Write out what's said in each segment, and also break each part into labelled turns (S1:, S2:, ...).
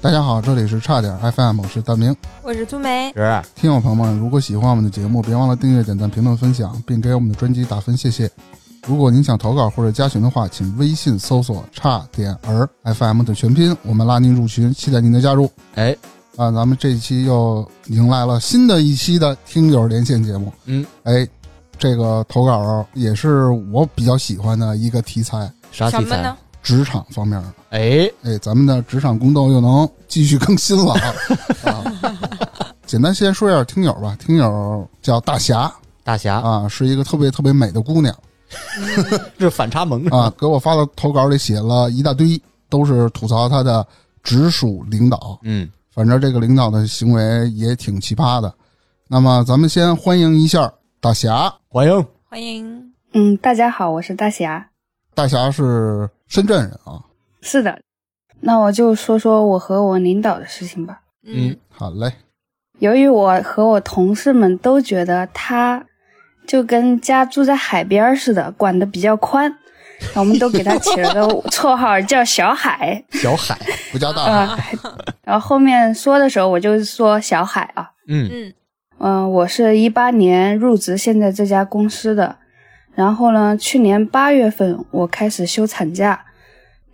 S1: 大家好，这里是差点 FM，我是大明。
S2: 我是朱梅，
S3: 是，
S1: 听友朋友们，如果喜欢我们的节目，别忘了订阅、点赞、评论、分享，并给我们的专辑打分，谢谢。如果您想投稿或者加群的话，请微信搜索“差点儿 FM” 的全拼，我们拉您入群，期待您的加入。
S3: 哎，
S1: 啊，咱们这一期又迎来了新的一期的听友连线节目。
S3: 嗯，
S1: 哎，这个投稿也是我比较喜欢的一个题材，
S3: 啥
S2: 什
S3: 题
S2: 么
S3: 材啊
S2: 呢？？
S1: 职场方面的。
S3: 哎，
S1: 哎，咱们的职场宫斗又能继续更新了啊！啊简单先说一下听友吧，听友叫大侠
S3: 大侠，
S1: 啊，是一个特别特别美的姑娘
S3: 这反差萌是吧
S1: 啊，给我发的投稿里写了一大堆，都是吐槽她的直属领导，
S3: 嗯，
S1: 反正这个领导的行为也挺奇葩的。那么咱们先欢迎一下大侠，
S3: 欢迎，
S2: 欢迎，
S4: 嗯，大家好，我是大侠。
S1: 大侠是深圳人啊，
S4: 是的，那我就说说我和我领导的事情吧。
S3: 嗯，
S1: 好嘞，
S4: 由于我和我同事们都觉得他就跟家住在海边儿似的，管得比较宽，我们都给他起了个绰号叫小海
S3: 小海，
S1: 不加大
S4: 啊、 然后后面说的时候，我就说小海啊。
S3: 嗯
S2: 嗯
S4: 嗯、我是一八年入职现在这家公司的，然后呢，去年八月份我开始休产假，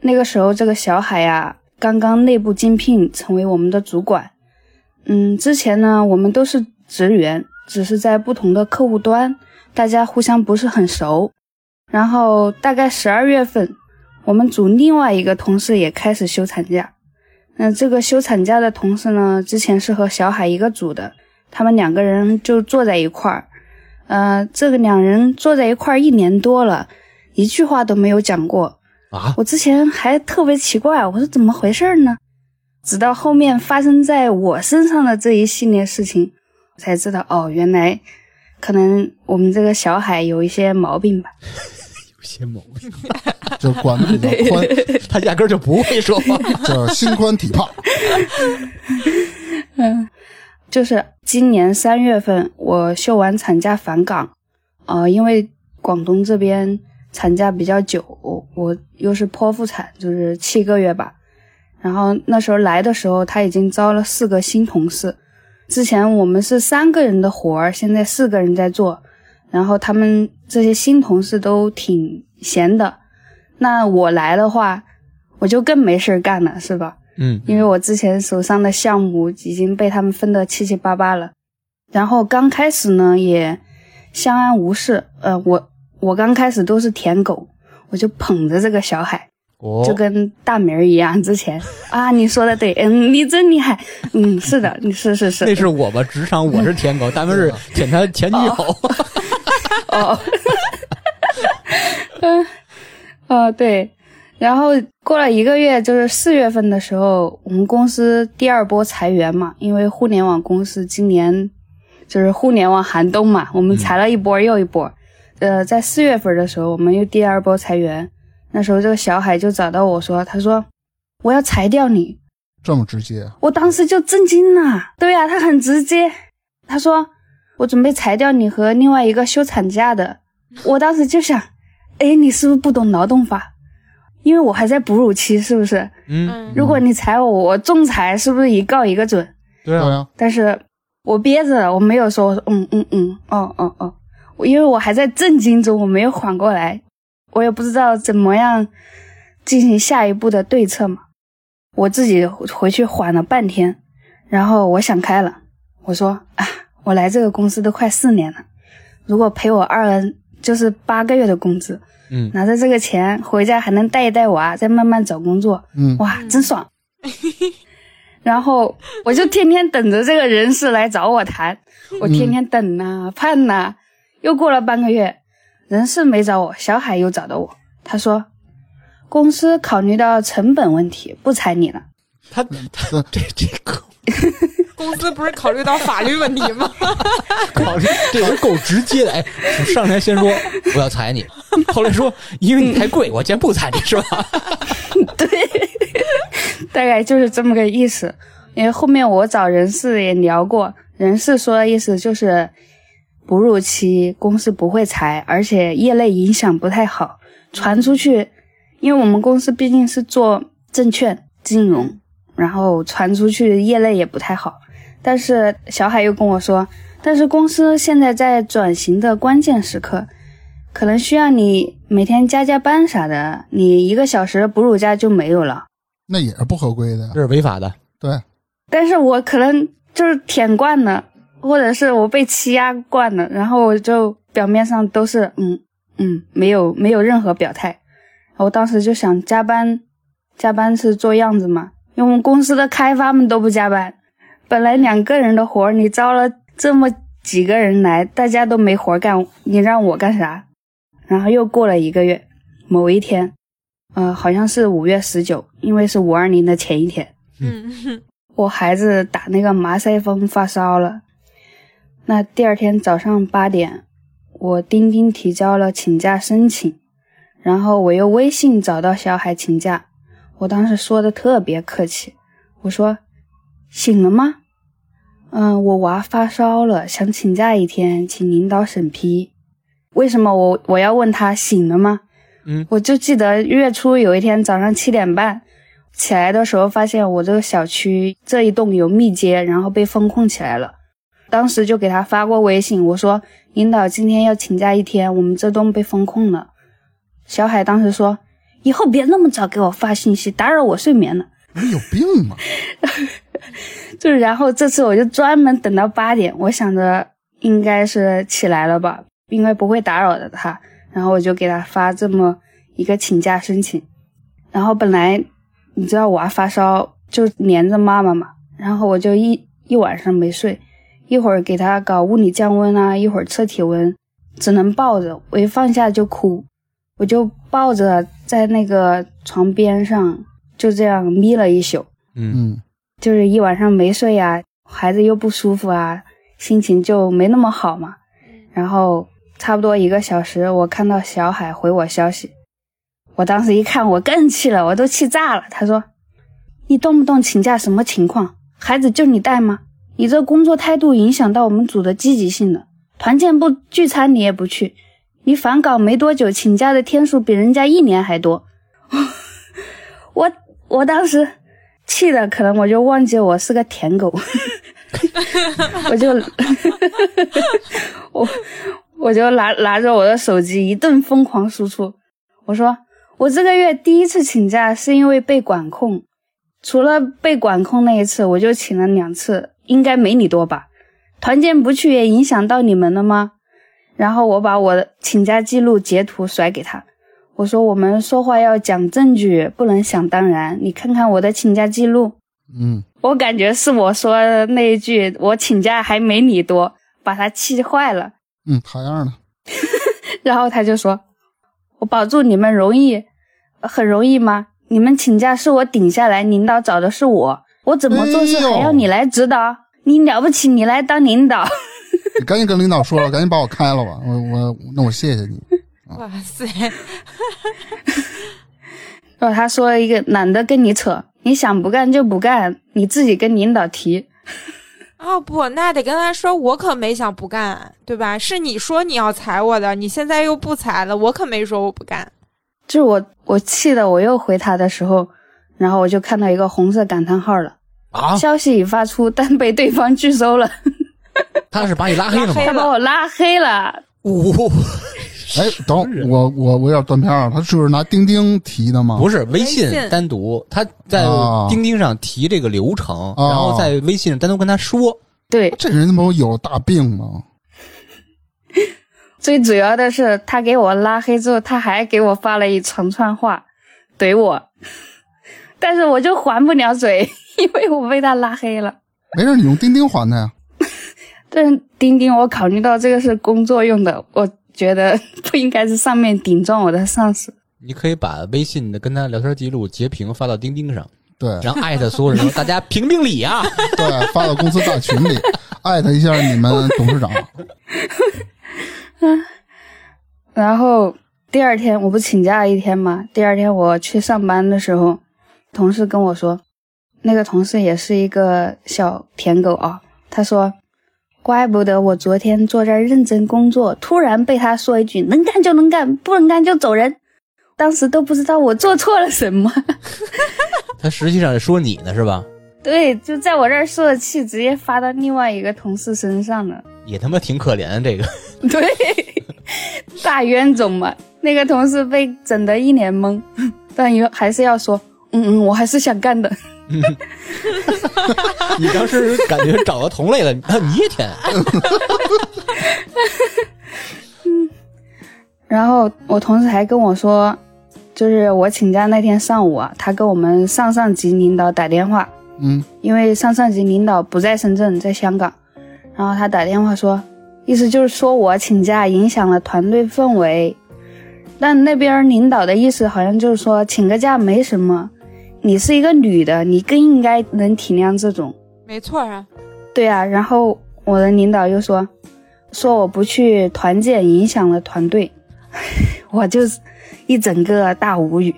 S4: 那个时候这个小海呀、刚刚内部竞聘成为我们的主管。嗯，之前呢我们都是职员，只是在不同的客户端，大家互相不是很熟。然后大概十二月份，我们组另外一个同事也开始休产假。那这个休产假的同事呢，之前是和小海一个组的，他们两个人就坐在一块儿。呃，这个两人坐在一块儿一年多了，一句话都没有讲过。
S3: 啊，
S4: 我之前还特别奇怪，我说怎么回事儿呢？直到后面发生在我身上的这一系列事情，我才知道哦，原来可能我们这个小海有一些毛病吧。
S3: 有些萌，
S1: 啊就管的比较宽，
S3: 他压根儿就不会说话，
S1: 叫心宽体胖。
S4: 就是今年三月份我休完产假返岗，呃，因为广东这边产假比较久，我我又是剖腹产，就是七个月吧。然后那时候来的时候，他已经招了四个新同事。之前我们是三个人的活儿，现在四个人在做。然后他们这些新同事都挺闲的，那我来的话，我就更没事儿干了，是吧？
S3: 嗯
S4: 因为我之前手上的项目已经被他们分得七七八八了。然后刚开始呢，也相安无事。呃，我我刚开始都是舔狗，我就捧着这个小海，
S3: 哦
S4: 就跟大明儿一样。之前啊，你说的对，嗯，你真厉害，嗯，是的，你是是是，
S3: 那是我吧，职场我是舔狗，单位是啊舔他前女友，
S4: 哦，嗯，哦，对。然后过了一个月，就是四月份的时候，我们公司第二波裁员嘛，因为互联网公司今年就是互联网寒冬嘛，我们裁了一波又一波。呃，在四月份的时候，我们又第二波裁员，那时候这个小海就找到我说，他说我要裁掉你，
S1: 这么直接，
S4: 我当时就震惊了。对啊呀、他很直接，他说我准备裁掉你和另外一个休产假的。我当时就想，哎，你是不是不懂劳动法？因为我还在哺乳期，是不是？
S3: 嗯，
S2: 嗯，
S4: 如果你裁我，我仲裁是不是一告一个准？
S3: 对
S1: 对
S3: 啊，
S1: 啊，
S4: 但是我憋着了，我没有说，我说嗯嗯嗯，哦哦哦，我因为我还在震惊中，我没有缓过来，我也不知道怎么样进行下一步的对策嘛。我自己回去缓了半天，然后我想开了，我说啊，我来这个公司都快四年了，如果赔我二 n 就是八个月的工资，
S3: 嗯
S4: 拿着这个钱回家还能带一带娃，再慢慢找工作，
S1: 嗯，
S4: 哇，真爽！然后我就天天等着这个人事来找我谈，我天天等呐、盼呐、又过了半个月，人事没找我，小海又找到我，他说公司考虑到成本问题，不裁你了。
S3: 他他这这狗
S2: 公司不是考虑到法律问题 吗？
S3: 靠，这人够直接的，哎，上来先说 我要裁你，后来 说因为你太贵，我先不裁你是吧？
S4: 大概就是这么个意思。因为后面我找人事也聊过，人事说的意思就是，哺乳期公司不会裁，而且业内影响不太好，传出去，因为我们公司毕竟是做证券金融，然后传出去业内也不太好。但是小海又跟我说，但是公司现在在转型的关键时刻，可能需要你每天加加班啥的，你一个小时哺乳假就没有了。
S1: 那也是不合规的呀。
S3: 这是违法的。
S1: 对，
S4: 但是我可能就是舔惯了，或者是我被欺压惯了，然后我就表面上都是嗯嗯，没有没有任何表态。我当时就想加班，加班是做样子嘛，因为我们公司的开发们都不加班，本来两个人的活儿，你招了这么几个人来，大家都没活儿干，你让我干啥？然后又过了一个月，某一天，呃，好像是五月十九，因为是五二零的前一天。
S2: 嗯，
S4: 我孩子打那个麻腮风发烧了。那第二天早上八点，我钉钉提交了请假申请，然后我又微信找到小海请假。我当时说的特别客气，我说：“醒了吗？嗯，我娃发烧了，想请假一天，请领导审批。为什么我我要问他醒了吗？
S3: 嗯，
S4: 我就记得月初有一天早上七点半，起来的时候发现我这个小区这一栋有密接，然后被封控起来了。当时就给他发过微信，我说领导今天要请假一天，我们这栋被封控了。小海当时说以后别那么早给我发信息，打扰我睡眠了。
S1: 你有病吧？
S4: 就是然后这次我就专门等到八点，我想着应该是起来了吧，应该不会打扰到他，然后我就给他发这么一个请假申请。然后本来你知道我娃发烧就连着妈妈嘛，然后我就一一晚上没睡，一会儿给他搞物理降温啊，一会儿测体温，只能抱着，我一放下就哭，我就抱着在那个床边上就这样眯了一宿。
S3: 嗯，
S1: 嗯，
S4: 就是一晚上没睡呀、孩子又不舒服啊，心情就没那么好嘛。然后差不多一个小时，我看到小海回我消息，我当时一看，我更气了，我都气炸了。他说：“你动不动请假什么情况？孩子就你带吗？你这工作态度影响到我们组的积极性了。团建不聚餐你也不去，你返岗没多久，请假的天数比人家一年还多。 我”我我当时气的，可能我就忘记我是个舔狗， 我就我我就拿拿着我的手机一顿疯狂输出，我说我这个月第一次请假是因为被管控，除了被管控那一次，我就请了两次，应该没你多吧？团建不去也影响到你们了吗？然后我把我的请假记录截图甩给他，我说我们说话要讲证据，不能想当然。你看看我的请假记录，
S1: 嗯，
S4: 我感觉是我说的那一句我请假还没你多，把他气坏了。
S1: 嗯，好样的，
S4: 然后他就说：“我保住你们容易，呃很容易吗？你们请假是我顶下来，领导找的是我，我怎么做事
S1: 哎呦
S4: 还要你来指导？你了不起，你来当领导。
S1: 你赶紧跟领导说了，赶紧把我开了吧，我我那我谢谢你，
S2: 哇塞，
S4: 然后他说了一个懒得跟你扯，你想不干就不干，你自己跟领导提。
S2: 哦不，那得跟他说，我可没想不干，对吧？是你说你要裁我的，你现在又不裁了，我可没说我不干。
S4: 就是我我气的，我又回他的时候，然后我就看到一个红色感叹号了，
S3: 啊，
S4: 消息已发出，但被对方拒 收了，
S3: 他是把你拉黑了
S2: 拉？
S3: 吗
S2: 黑
S4: 他把我拉黑了。
S3: 呜、
S1: 哎，等会儿我我我有点断片儿了，他是拿钉钉提的吗？
S3: 不
S1: 是，
S3: 是微信
S2: 微信
S3: 单独，他在
S1: 哦
S3: 钉钉上提这个流程，
S1: 哦
S3: 然后在微信上单独跟他说，
S4: 对，
S1: 这人他妈有大病吗？
S4: 最主要的是，他给我拉黑之后，他还给我发了一长串话，怼我， 但是我就还不了嘴， 因为我被他拉黑了。
S1: 没事，你用钉钉还他呀。
S4: 但是钉钉，我考虑到这个是工作用的，我觉得不应该是上面顶撞我的上司。
S3: 你可以把微信的跟他聊天记录截屏发到钉钉 上，
S1: 对
S3: 然后艾特所有人，说大家评评理 啊！
S1: 对，发到公司大群里，艾特一下你们董事长。
S4: 然后第二天我不请假一天嘛，第二天我去上班的时候，同事跟我说，那个同事也是一个小舔狗啊，他说，怪不得我昨天坐这儿认真工作，突然被他说一句能干就能干，不能干就走人，当时都不知道我做错了什么。
S3: 他实际上是说你呢，是吧？
S4: 对，就在我这儿受的气直接发到另外一个同事身上了。
S3: 也他妈挺可怜，啊这个
S4: 对，大冤种嘛。那个同事被整得一脸懵， 但也还是要说，嗯嗯，我还是想干的。
S3: 你当时感觉找到同类了， 啊你也舔，
S4: 然后我同事还跟我说，就是我请假那天上午啊，他跟我们上上级领导打电话，
S1: 嗯，
S4: 因为上上级领导不在深圳，在香港，然后他打电话说，意思就是说我请假影响了团队氛围，但那边领导的意思好像就是说请个假没什么，你是一个女的，你更应该能体谅这种。
S2: 没错啊，
S4: 对啊，然后我的领导又说，说我不去团建影响了团队， 我就是一整个大无语。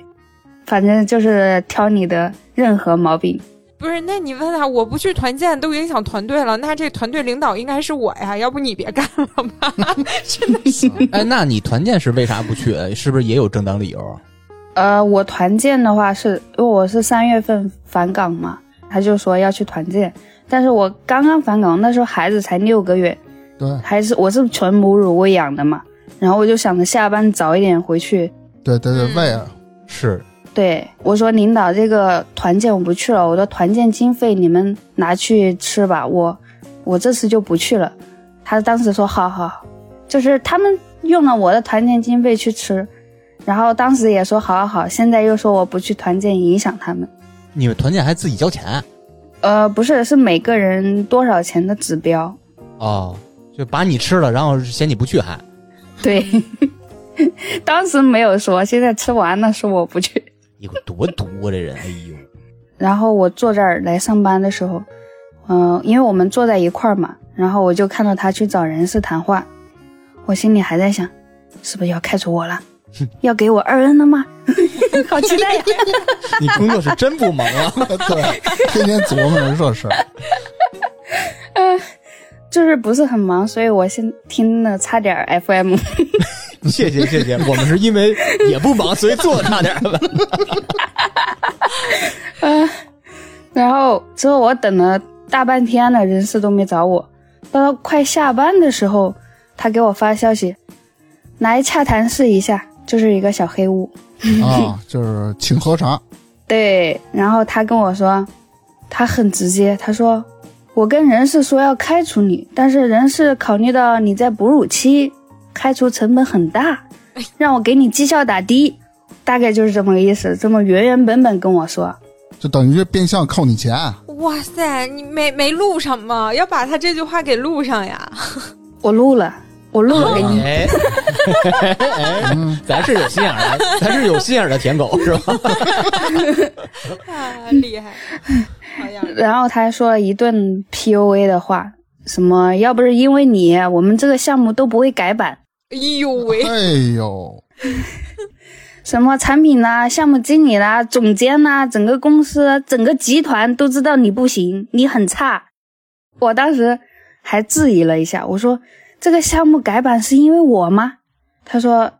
S4: 反正就是挑你的任何毛病，
S2: 不是？那你问他，我不去团建都影响团队了，那这团队领导应该是我呀，要不你别干了吧？真的是，
S3: 哎，那你团建是为啥不去？是不是也有正当理由啊？
S4: 呃，我团建的话是因为我是三月份返岗嘛，他就说要去团建，但是我刚刚返岗，那时候孩子才六个月，
S1: 对
S4: 还是我是纯母乳喂养的嘛，然后我就想着下班早一点回去，
S1: 对对对，
S2: 嗯
S1: 喂啊，
S3: 是，
S4: 对我说：“领导，这个团建我不去了，我的团建经费你们拿去吃吧，我我这次就不去了。”他当时说：“好好好。”就是他们用了我的团建经费去吃，然后当时也说：“好好好。”现在又说我不去团建影响他们。
S3: 你们团建还自己交钱
S4: 呃，不是，是每个人多少钱的指标。
S3: 哦，就把你吃了，然后嫌你不去还。哎
S4: 对， 当时没有说，现在吃完了说我不去。
S3: 你有多毒啊！这人，哎呦，
S4: 然后我坐这儿来上班的时候，嗯、因为我们坐在一块儿嘛，然后我就看到他去找人事谈话，我心里还在想，是不是要开除我了？要给我二 N 了吗？ 好期待呀！
S3: 你工作是真不忙啊！
S1: 对，天天琢磨着这事儿，
S4: 就是不是很忙，所以我先听了差点儿 FM。
S3: 谢谢谢谢，我们是因为也不忙，所以做的差点了。
S4: 然后之后我等了大半天了，人事都没找我。到快下班的时候，他给我发消息，来洽谈室一下，就是一个小黑屋。
S1: 啊，就是请喝茶，
S4: 对，然后他跟我说，他很直接，他说我跟人事说要开除你，但是人事考虑到你在哺乳期，开除成本很大，让我给你绩效打低，大概就是这么个意思，这么原原本本跟我说。
S1: 就等于是变相扣你钱。
S2: 哇塞，你没没录上吗？要把他这句话给录上呀！
S4: 我录了，我录了给你，
S3: 哎，哎，咱是有心眼儿的，咱是有心眼儿的舔狗是吧？
S2: 啊，厉害， 好样的！
S4: 然后他还说了一顿 PUA 的话，什么要不是因为你，我们这个项目都不会改版。
S2: 哎呦喂，
S1: 哎呦，
S4: 什么产品啦、项目经理啦、总监啦、整个公司、整个集团都知道你不行，你很差。我当时还质疑了一下，我说这个项目改版是因为我吗？他说，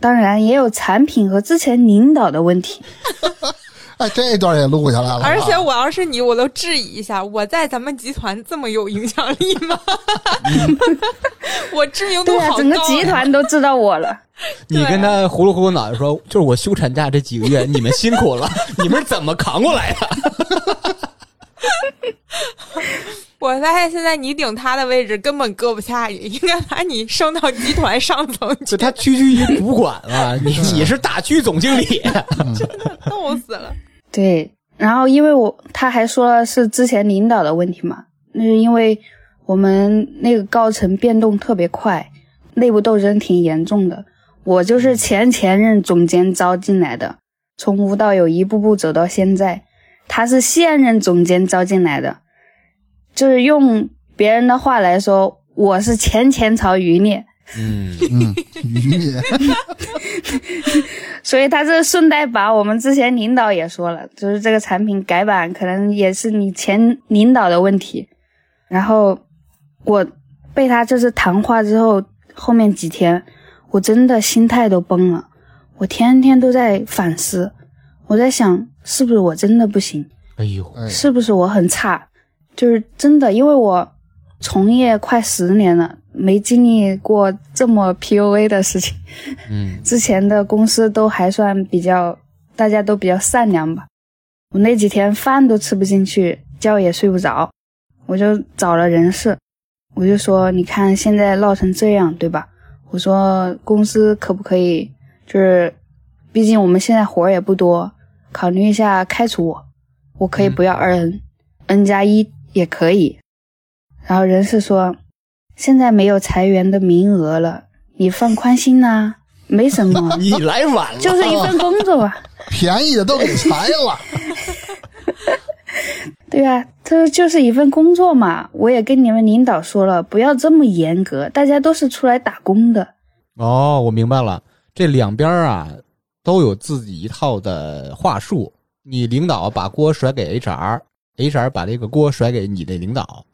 S4: 当然也有产品和之前领导的问题。
S1: 哎，这段也录下来了啊，
S2: 而 且我要是你，我都质疑一下，我在咱们集团这么有影响力吗？我知名
S4: 对
S2: 度
S4: 啊
S2: 好，高、
S4: 整个集团都知道我了。
S3: 你跟他葫芦葫芦脑袋说，就是我休产假这几个月，你们辛苦了，你们是怎么扛过来的？
S2: 我发现现在你顶他的位置根本搁不下你，应该把你升到集团上层去
S3: 就，他区区一主管了，你你是大区总经理，
S2: 冻死了。
S4: 对，然后因为我他还说了是之前领导的问题嘛，那是因为我们那个高层变动特别快，内部斗争挺严重的。我就是前前任总监招进来的，从无到有一步步走到现在。他是现任总监招进来的，就是用别人的话来说，我是前前朝余孽，
S3: 嗯，
S1: 嗯，余孽，
S4: 所以他这顺带把我们之前领导也说了，就是这个产品改版可能也是你前领导的问题。然后我被他这次谈话之后，后面几天我真的心态都崩了。我天天都在反思，我在想是不是我真的不行，
S3: 哎呦，
S1: 哎，
S4: 是不是我很差？就是真的，因为我从业快十年了，没经历过这么 PUA 的事情。
S3: 嗯，，
S4: 之前的公司都还算比较，大家都比较善良吧。我那几天饭都吃不进去，觉也睡不着，我就找了人事，我就说：“你看现在闹成这样，对吧？”我说：“公司可不可以，就是，毕竟我们现在活儿也不多，考虑一下开除我，我可以不要二 n，n 加一也可以。”然后人事说：“现在没有裁员的名额了，你放宽心呐、没什么
S3: 你来晚了，
S4: 就是一份工作吧。
S1: 便宜的都给裁了，
S4: 对啊，他说就是一份工作嘛，我也跟你们领导说了，不要这么严格，大家都是出来打工的。
S3: 哦，我明白了，这两边儿啊都有自己一套的话术。你领导把锅甩给 HR，HR 把这个锅甩给你的领导。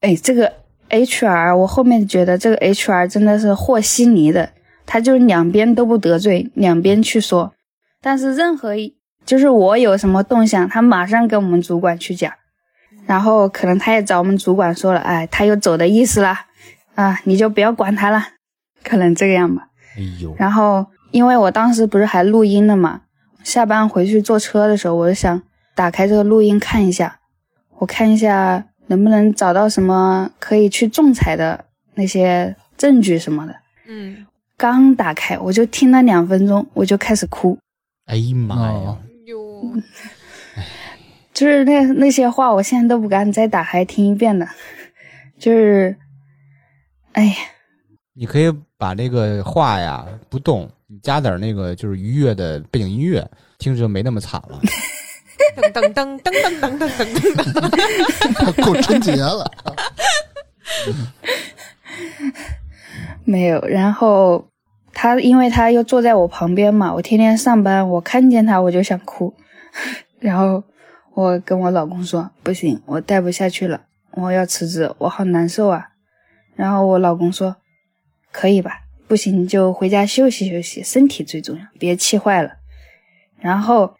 S4: 哎，这个 HR，我后面觉得这个 HR 真的是和稀泥的，他就是两边都不得罪，两边去说，但是任何一就是我有什么动向，他马上跟我们主管去讲，然后可能他也找我们主管说了，哎，他有走的意思啦，啊，你就不要管他了，可能这个样吧。
S3: 哎呦，
S4: 然后因为我当时不是还录音了嘛，下班回去坐车的时候，我就想打开这个录音看一下，我看一下能不能找到什么可以去仲裁的那些证据什么的。
S2: 嗯，
S4: 刚打开，我就听了两分钟，我就开始哭，
S3: 哎呀妈呀
S1: 哦！
S2: 哟，
S4: 就是那那些话，我现在都不敢再打开听一遍了。 就是，哎呀，
S3: 你可以把这个话呀不动，你加点那个就是愉悦的背景音乐，听着就没那么惨了。
S2: 噔噔噔噔噔噔噔噔噔噔，
S1: 过春节了，
S4: 没有，然后他因为他又坐在我旁边嘛，我天天上班，我看见他我就想哭， 然后我跟我老公说不行，我待不下去了，我要辞职，我好难受啊。然后我老公说可以吧，不行就回家休息休息，身体最重要，别气坏了。然后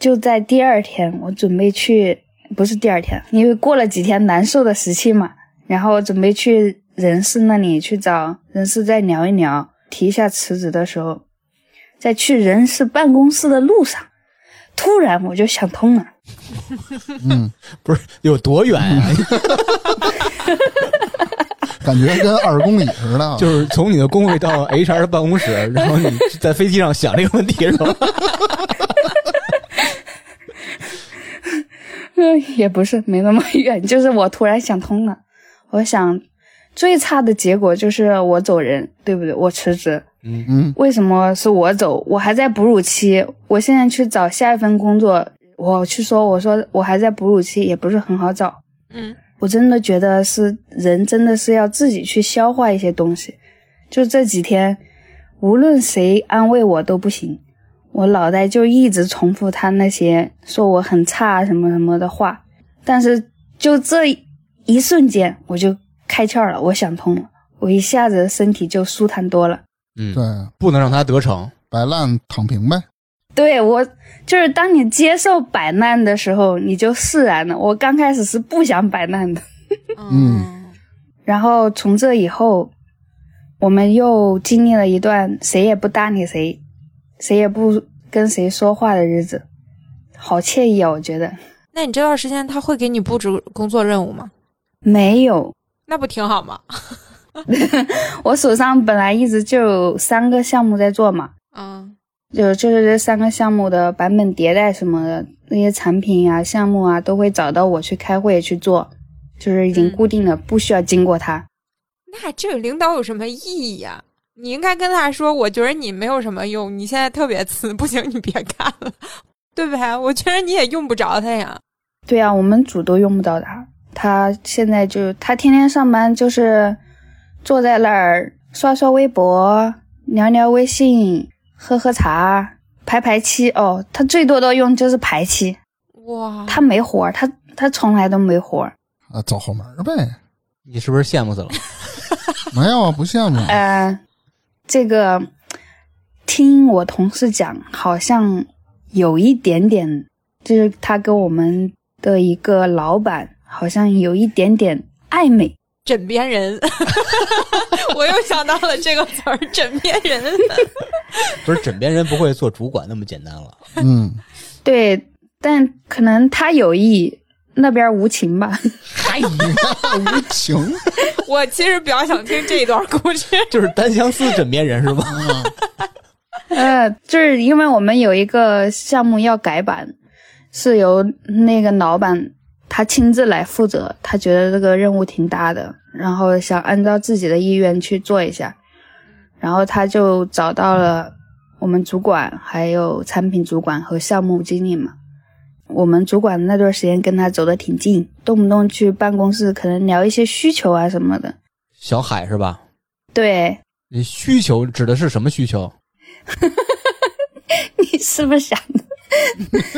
S4: 就在第二天，我准备去，不是第二天，因为过了几天难受的时期嘛，然后准备去人事那里去找人事再聊一聊，提一下辞职的时候，在去人事办公室的路上，突然我就想通 了，
S1: 嗯，
S3: 不是有多远啊？
S1: 感觉跟二公里似的，啊
S3: 就是从你的工位到 HR 的办公室，然后你在飞机上想这个问题是吧？
S4: 嗯，也不是没那么远，就是我突然想通了，我想最差的结果就是我走人，对不对？我辞职，
S1: 嗯，
S4: 为什么是我走？我还在哺乳期，我现在去找下一份工作，我去说我说我还在哺乳期，也不是很好找。
S2: 嗯，
S4: 我真的觉得是人真的是要自己去消化一些东西。就这几天，无论谁安慰我都不行，我脑袋就一直重复他那些说我很差什么什么的话。但是就这一瞬间，我就开窍了，我想通了，我一下子身体就舒坦多了。
S3: 嗯，
S1: 对，
S3: 不能让他得逞。
S1: 摆烂躺平呗，
S4: 对我就是当你接受摆烂的时候，你就释然了。我刚开始是不想摆烂的，
S1: 嗯，
S4: 然后从这以后，我们又经历了一段谁也不搭理谁，谁也不跟谁说话的日子，好惬意啊！我觉得
S2: 那你这段时间他会给你布置工作任务吗？
S4: 没有，
S2: 那不挺好吗？
S4: 我手上本来一直就有三个项目在做嘛，
S2: 嗯
S4: 就就是这三个项目的版本迭代什么的，那些产品啊、项目啊，都会找到我去开会去做，就是已经
S2: 嗯
S4: 固定了，不需要经过他。
S2: 那这个领导有什么意义呀、你应该跟他说，我觉得你没有什么用，你现在特别次，不行，你别干了，对呗？我觉得你也用不着他呀。
S4: 对啊，我们组都用不到他，他现在就他天天上班就是坐在那儿刷刷微博、聊聊微信、喝喝茶、排排期。哦，他最多的用就是排期，
S2: 哇，
S4: 他没活儿，他他从来都没活儿。
S1: 啊，走后门呗，
S3: 你是不是羡慕死了？
S2: 哎
S1: 没有啊，不羡慕，
S4: 呃呃，这个听我同事讲，好像有一点点，就是他跟我们的一个老板好像有一点点暧昧。
S2: 枕边人， 我又想到了这个词儿，枕边人。
S3: 不是枕边人不会做主管那么简单了。
S1: 嗯，
S4: 对，但可能他有意，那边无情吧。
S1: 嗨，
S2: 哎
S1: 无情
S2: 我其实比较想听这一段故事。
S3: 就是单相思枕边人是吧？
S1: 啊，
S4: 呃，就是因为我们有一个项目要改版，是由那个老板他亲自来负责，他觉得这个任务挺大的，然后想按照自己的意愿去做一下，然后他就找到了我们主管，还有产品主管和项目经理嘛。我们主管那段时间跟他走得挺近，动不动去办公室可能聊一些需求啊什么的。
S3: 小海是吧？
S4: 对
S3: 你需求指的是什么需求？
S4: 你是不是想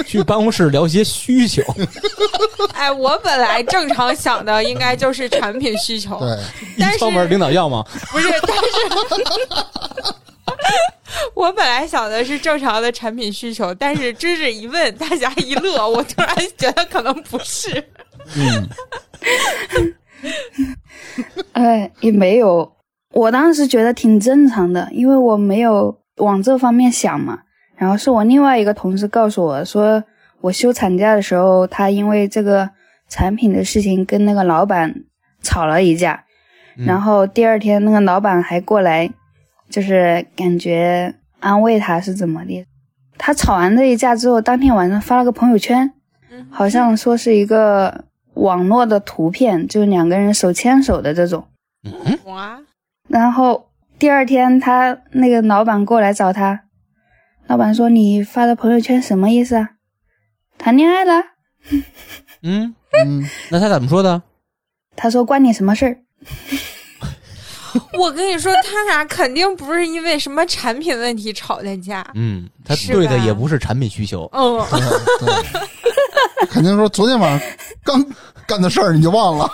S3: 去办公室聊些需 求，
S2: 哎，我本来正常想的应该就是产品需求，
S1: 对，
S2: 但
S3: 一
S2: 是
S3: 敲门领导要吗？
S2: 不是，但是 我本来想的是正常的产品需求，但是芝芝一问，大家一乐，我突然觉得可能不是。
S1: 嗯，
S4: 哎，也没有。我当时觉得挺正常的，因为我没有往这方面想嘛。然后是我另外一个同事告诉我说，我休产假的时候，他因为这个产品的事情跟那个老板吵了一架，
S3: 嗯
S4: 然后第二天那个老板还过来，就是感觉安慰他是怎么的。他吵完这一架之后，当天晚上发了个朋友圈，好像说是一个网络的图片，就是两个人手牵手的这种。
S2: 哇，
S4: 然后第二天他那个老板过来找他，老板说你发的朋友圈什么意思啊？谈恋爱了？
S3: 嗯，
S1: 嗯，
S3: 那他怎么说的？
S4: 他说关你什么事儿？
S2: 我跟你说，他俩肯定不是因为什么产品问题吵的架。
S3: 嗯，他
S2: 是
S3: 对的
S2: 吧
S3: 也不是产品需求，
S2: 嗯，
S1: 对对，肯定说昨天晚上刚干的事儿你就忘了，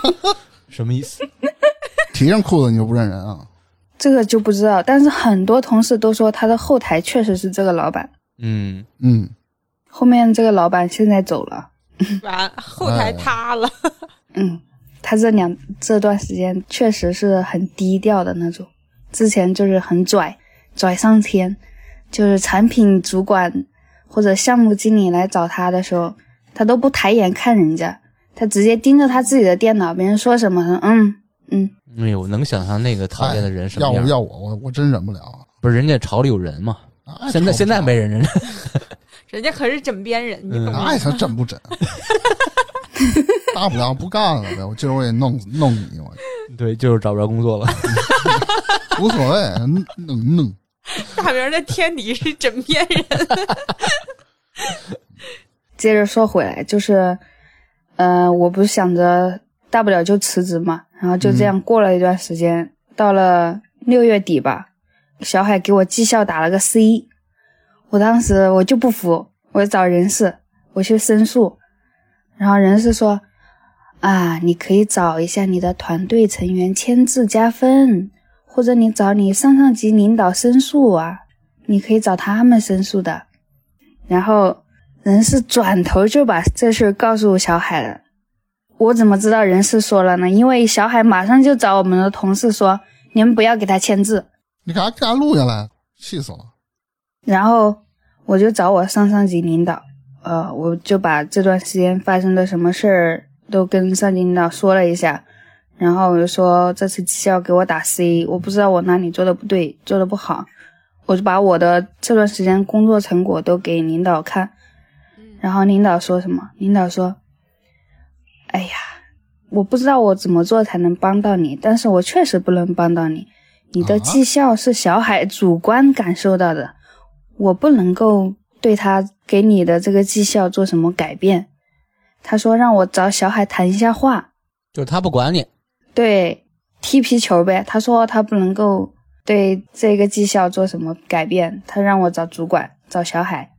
S3: 什么意思？
S1: 提上裤子你就不认人啊，
S4: 这个就不知道，但是很多同事都说他的后台确实是这个老板。
S3: 嗯，
S1: 嗯，
S4: 后面这个老板现在走了，
S2: 完后台塌了。
S4: 嗯，他这两这段时间确实是很低调的那种，之前就是很拽，拽上天，就是产品主管或者项目经理来找他的时候，他都不抬眼看人家，他直接盯着他自己的电脑，别人说什么，他嗯嗯，
S3: 哎呦，能想象那个讨厌的人什
S1: 哎要我
S3: 么样？
S1: 要我我我真忍不了，
S3: 不是人家朝里有人嘛？
S1: 啊
S3: 现在现在没人，人家
S2: 人家可是枕边人，你
S3: 嗯
S2: 懂吗？
S1: 那他真不真，大不了不干了呗，我今儿我也弄死弄你，我
S3: 对，就是找不着工作 了。
S1: 无所谓，弄弄。
S2: 大明儿的天敌是枕边人。
S4: 接着说回来，就是，呃，我不是想着大不了就辞职嘛，然后就这样过了一段时间，到了六月底吧，小海给我绩效打了个 C，我当时我就不服，我找人事，我去申诉，然后人事说，啊，你可以找一下你的团队成员签字加分，或者你找你上上级领导申诉啊，你可以找他们申诉的。然后人事转头就把这事儿告诉小海了。我怎么知道人事说了呢？因为小海马上就找我们的同事说：“你们不要给他签字。
S1: 你干啥给他录下来？气死了！”
S4: 然后我就找我上上级领导，呃，我就把这段时间发生的什么事儿都跟上级领导说了一下。然后我就说这次绩效给我打 C，我不知道我哪里做的不对，做的不好，我就把我的这段时间工作成果都给领导看。然后领导说什么？领导说：“哎呀，我不知道我怎么做才能帮到你，但是我确实不能帮到你。你的
S1: 啊
S4: 绩效是小海主观感受到的，我不能够对他给你的这个绩效做什么改变。”他说让我找小海谈一下话，
S3: 就是他不管你，
S4: 对，踢皮球呗。他说他不能够对这个绩效做什么改变，他让我找主管，找小海。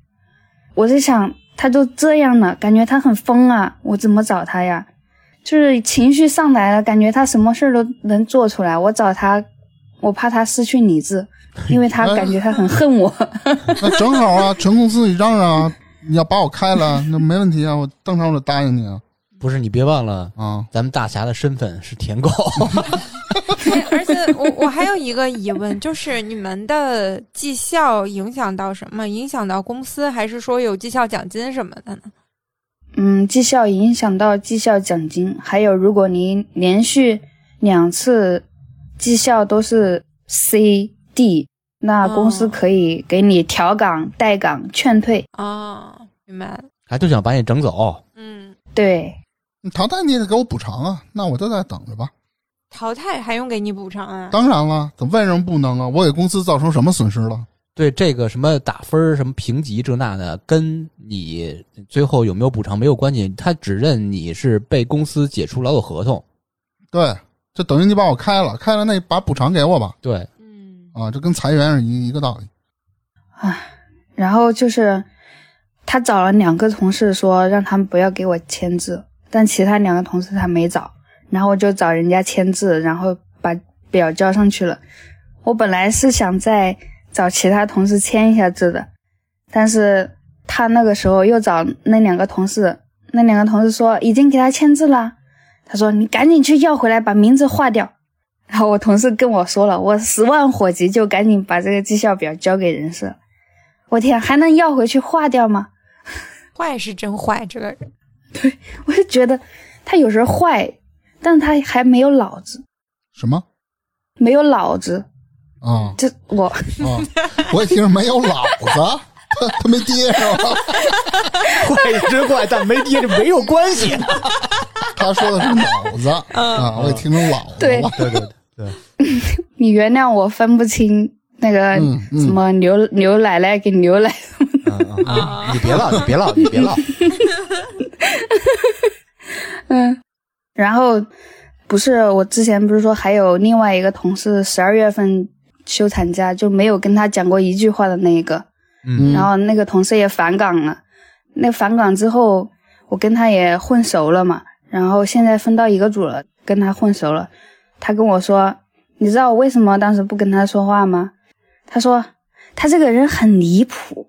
S4: 我在想，他都这样了，感觉他很疯啊，我怎么找他呀？就是情绪上来了，感觉他什么事儿都能做出来，我找他我怕他失去理智，因为他感觉他很恨我。
S1: 那正好啊，全公司你嚷嚷啊，你要把我开了，那没问题啊，我当场我就答应你啊
S3: 不是你别忘了，
S1: 啊！
S3: 咱们大侠的身份是 舔狗，
S2: 哎而且我我还有一个疑问，就是你们的绩效影响到什么？影响到公司，还是说有绩效奖金什么的呢？
S4: 嗯，绩效影响到绩效奖金，还有如果你连续两次绩效都是 C、D，那公司
S2: 哦
S4: 可以给你调岗、带岗、劝退。
S2: 哦，明白了。
S3: 还就想把你整走。
S2: 嗯，
S4: 对，
S1: 你淘汰你也得给我补偿啊，那我就在等着吧。
S2: 淘汰还用给你补偿啊？
S1: 当然了，怎么为什么不能啊？我给公司造成什么损失了？
S3: 对这个什么打分儿、什么评级这那的，跟你最后有没有补偿没有关系，他只认你是被公司解除劳动合同。
S1: 对，就等于你把我开了，开了那把补偿给我吧。
S3: 对，
S2: 嗯，
S1: 啊，这跟裁员是一一个道理。
S4: 然后就是他找了两个同事说让他们不要给我签字，但其他两个同事他没找，然后我就找人家签字，然后把表交上去了。我本来是想再找其他同事签一下字的，但是他那个时候又找那两个同事，那两个同事说已经给他签字啦，他说你赶紧去要回来，把名字划掉。然后我同事跟我说了，我十万火急就赶紧把这个绩效表交给人事了。我天，还能要回去划掉吗？
S2: 坏是真坏，这个人。
S4: 我就觉得他有时候坏，但他还没有脑子，
S1: 什么
S4: 没有脑子。
S1: 啊
S4: 这我
S1: 啊？
S2: 嗯
S1: 我也听着没有老子，他他没爹是吧？
S3: 坏真坏，但没爹这没有关系。
S1: 他说的是脑子
S2: 嗯
S1: 啊，我也听成老子
S4: 对
S1: 了。
S3: 对对对对，
S4: 你原谅我分不清那个
S1: 嗯嗯
S4: 什么牛、牛奶奶跟牛奶，
S3: 嗯嗯，你别唠，你别唠，你别唠。
S4: 然后不是我之前不是说还有另外一个同事十二月份休产假就没有跟他讲过一句话的那一个，
S1: 嗯
S4: 然后那个同事也返岗了。那返岗之后，我跟他也混熟了嘛，然后现在分到一个组了，跟他混熟了。他跟我说：“你知道我为什么当时不跟他说话吗？”他说：“他这个人很离谱，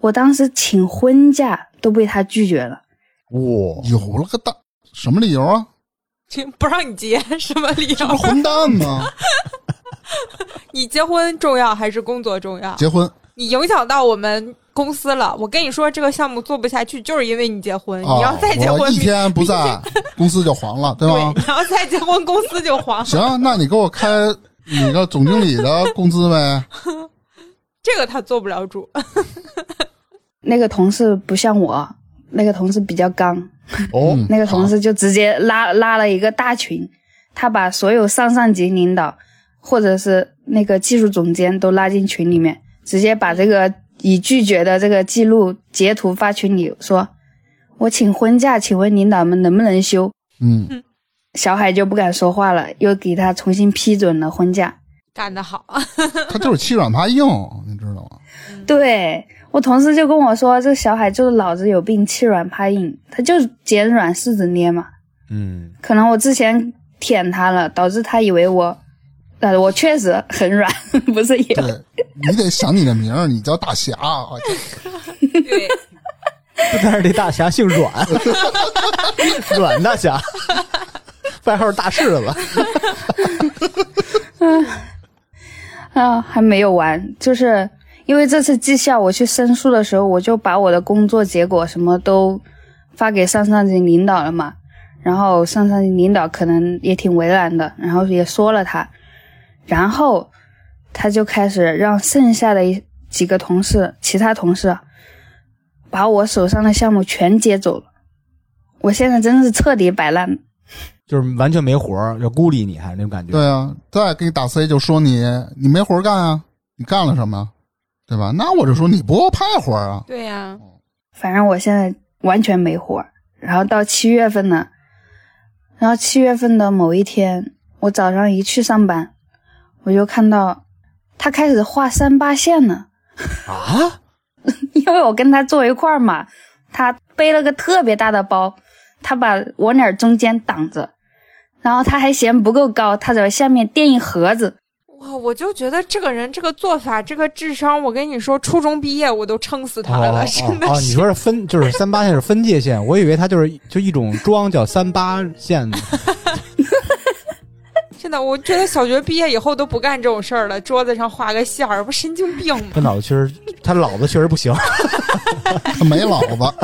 S4: 我当时请婚假都被他拒绝了。
S3: 哇，
S1: 有了个蛋，什么理由啊？
S2: 不让你结什么理
S1: 不
S2: 由？
S1: 是混蛋吗？
S2: 你结婚重要还是工作重要？
S1: 结婚
S2: 你影响到我们公司了。我跟你说，这个项目做不下去，就是因为你结婚。
S1: 啊
S2: 你要再结
S1: 我
S2: 婚，
S1: 一天不在， 公司就黄了，对吧
S2: 对，？你要再结婚，公司就黄。
S1: 行，那你给我开你的总经理的工资呗。
S2: 这个他做不了主。”
S4: 那个同事不像我，那个同事比较刚，
S1: 哦
S3: 嗯
S4: 那个同事就直接拉拉了一个大群，他把所有上上级领导或者是那个技术总监都拉进群里面，直接把这个已拒绝的这个记录截图发群里，说：“我请婚假，请问领导们能不能休
S1: 嗯，？”
S4: 小海就不敢说话了，又给他重新批准了婚假。
S2: 干得好，啊
S1: 他就是欺软怕硬，你知道吗？
S4: 对我同事就跟我说，这小海就是脑子有病，欺软怕硬，他就是捡软柿子捏嘛。
S3: 嗯，
S4: 可能我之前舔他了，导致他以为我，呃，我确实很软， 不是也
S1: 对，你得想你的名儿，你叫大侠，
S2: 对，
S3: 但是这大侠姓 阮，阮大侠，外号大柿子。
S4: 啊，还没有完，就是因为这次绩效我去申诉的时候，我就把我的工作结果什么都发给上上级领导了嘛，然后上上级领导可能也挺为难的，然后也说了他，然后他就开始让剩下的一几个同事，其他同事啊把我手上的项目全接走了，我现在真是彻底摆烂了。
S3: 就是完全没活儿，要孤立你，还是那种感觉。
S1: 对啊，再给你打 C 就说你你没活儿干啊，你干了什么，对吧？那我就说你不够派活儿啊，
S2: 对呀、
S4: 反正我现在完全没活儿。然后到七月份呢，然后七月份的某一天，我早上一去上班，我就看到他开始画三八线了，
S3: 啊，
S4: 因为我跟他坐一块儿嘛，他背了个特别大的包，他把我俩中间挡着，然后他还嫌不够高，他在下面垫一盒子。
S2: 我哦，我就觉得这个人这个做法，这个智商，我跟你说，初中毕业我都撑死他 了，
S3: 哦
S2: 真的
S3: 哦哦，你
S2: 是。
S3: 说是分，就是三八线是分界线，我以为它就是就一种装叫三八线呢。
S2: 真的，我觉得小学毕业以后都不干这种事儿了，桌子上画个线儿，不神经病吗？
S3: 他脑子确实，他脑子确实不行。
S1: 他没脑子。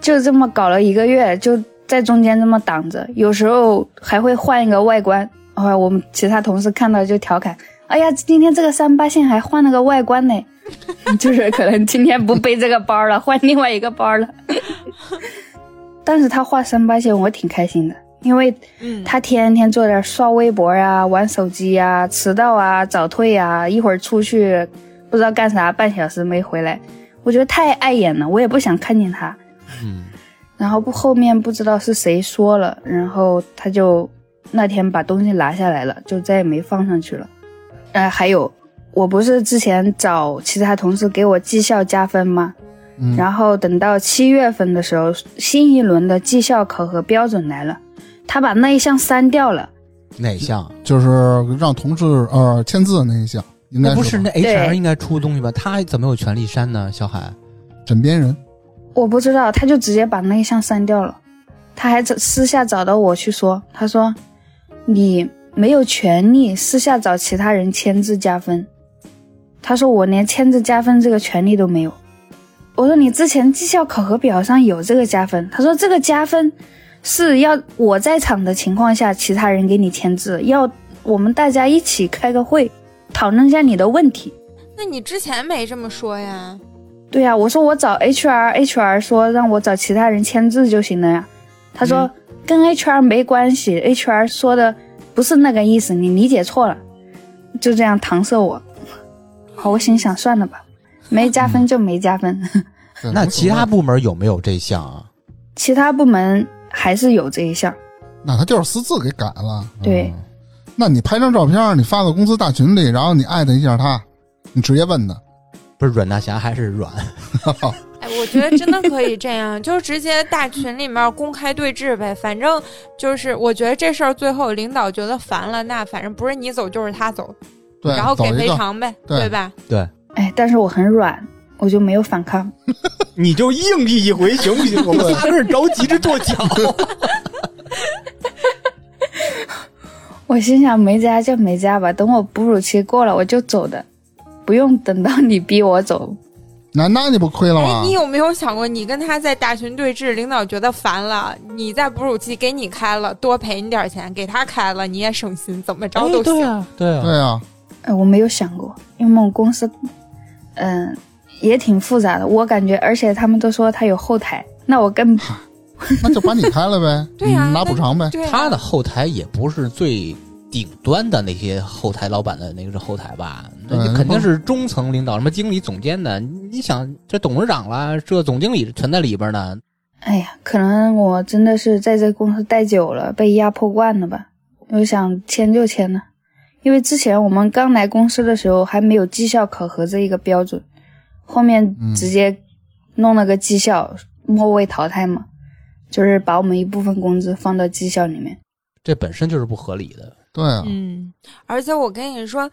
S4: 就这么搞了一个月，就在中间这么挡着，有时候还会换一个外观。后来我们其他同事看到就调侃：“哎呀，今天这个三八线还换了个外观呢，就是可能今天不背这个包了，换另外一个包了。”但是他画三八线，我挺开心的，因为
S2: 嗯，
S4: 他天天坐那刷微博呀、玩手机呀、迟到啊、早退呀，一会儿出去不知道干啥，半小时没回来，我觉得太碍眼了，我也不想看见他。
S3: 嗯，
S4: 然后不后面不知道是谁说了，然后他就那天把东西拿下来了，就再也没放上去了。呃，还有，我不是之前找其他同事给我绩效加分吗？
S1: 嗯
S4: 然后等到七月份的时候，新一轮的绩效考核标准来了，他把那一项删掉了。
S3: 哪项？
S1: 就是让同事呃签字那一项，应该
S3: 那不
S1: 是
S3: 是
S1: 吧
S3: 那
S4: 对
S3: HR 应该出东西吧？他怎么有权利删呢？小海，
S1: 枕边人。
S4: 我不知道，他就直接把那一项删掉了。他还找私下找到我去说，他说你没有权利私下找其他人签字加分。他说我连签字加分这个权利都没有。我说你之前绩效考核表上有这个加分，他说这个加分是要我在场的情况下，其他人给你签字，要我们大家一起开个会，讨论一下你的问题。
S2: 那你之前没这么说呀？
S4: 对呀、我说我找 HR，HR 说让我找其他人签字就行了呀。他说、跟 HR 没关系，HR 说的不是那个意思，你理解错了。就这样搪塞我。好，我心想算了吧，没加分就没加分。
S1: 对
S3: 那
S1: 无所谓
S3: 其他部门有没有这项啊？
S4: 其他部门还是有这一项，
S1: 那他就是私自给改了。
S4: 对，
S1: 那你拍张照片，你发到公司大群里，然后你艾特一下他，你直接问他，
S3: 不是阮大侠还是阮？
S2: 哎，我觉得真的可以这样，就直接大群里面公开对质呗。反正就是，我觉得这事儿最后领导觉得烦了，那反正不是你走就是他走，
S1: 对，
S2: 然后
S1: 走
S2: 给
S1: 一
S2: 赔
S1: 个，
S2: 偿呗，
S1: 对
S2: 对吧？
S3: 对，
S4: 哎，但是我很软，我就没有反抗。
S3: 你就硬币一回行不行？我们仨跟着着急着跺脚。
S4: 我心想没加就没加吧，等我哺乳期过了我就走的，不用等到你逼我走。
S1: 那那你不亏了
S2: 哎，
S1: 吗
S2: 你？有没有想过，你跟他在大群对峙，领导觉得烦了，你在哺乳期给你开了，多赔你点钱，给他开了你也省心，怎么着都行。
S3: 啊，对啊，
S1: 对啊，
S4: 呃，我没有想过，因为我们公司，嗯、也挺复杂的。我感觉，而且他们都说他有后台，那我更
S1: 那就把你开了呗，
S2: 对啊
S1: 你拿
S2: 那
S1: 补偿呗。
S2: 对啊
S3: 他的后台也不是最顶端的那些后台老板的那个后台吧，那
S1: 嗯
S3: 肯定是中层领导，什么经理、总监的。你想，这董事长啦，这总经理全在里边呢。
S4: 哎呀，可能我真的是在这公司待久了，被压迫惯了吧。我想签就签了，因为之前我们刚来公司的时候还没有绩效考核这一个标准，后面
S1: 嗯
S4: 直接弄了个绩效末位淘汰嘛，就是把我们一部分工资放到绩效里面。
S3: 这本身就是不合理的。
S1: 对啊，
S2: 嗯，而且我跟你说，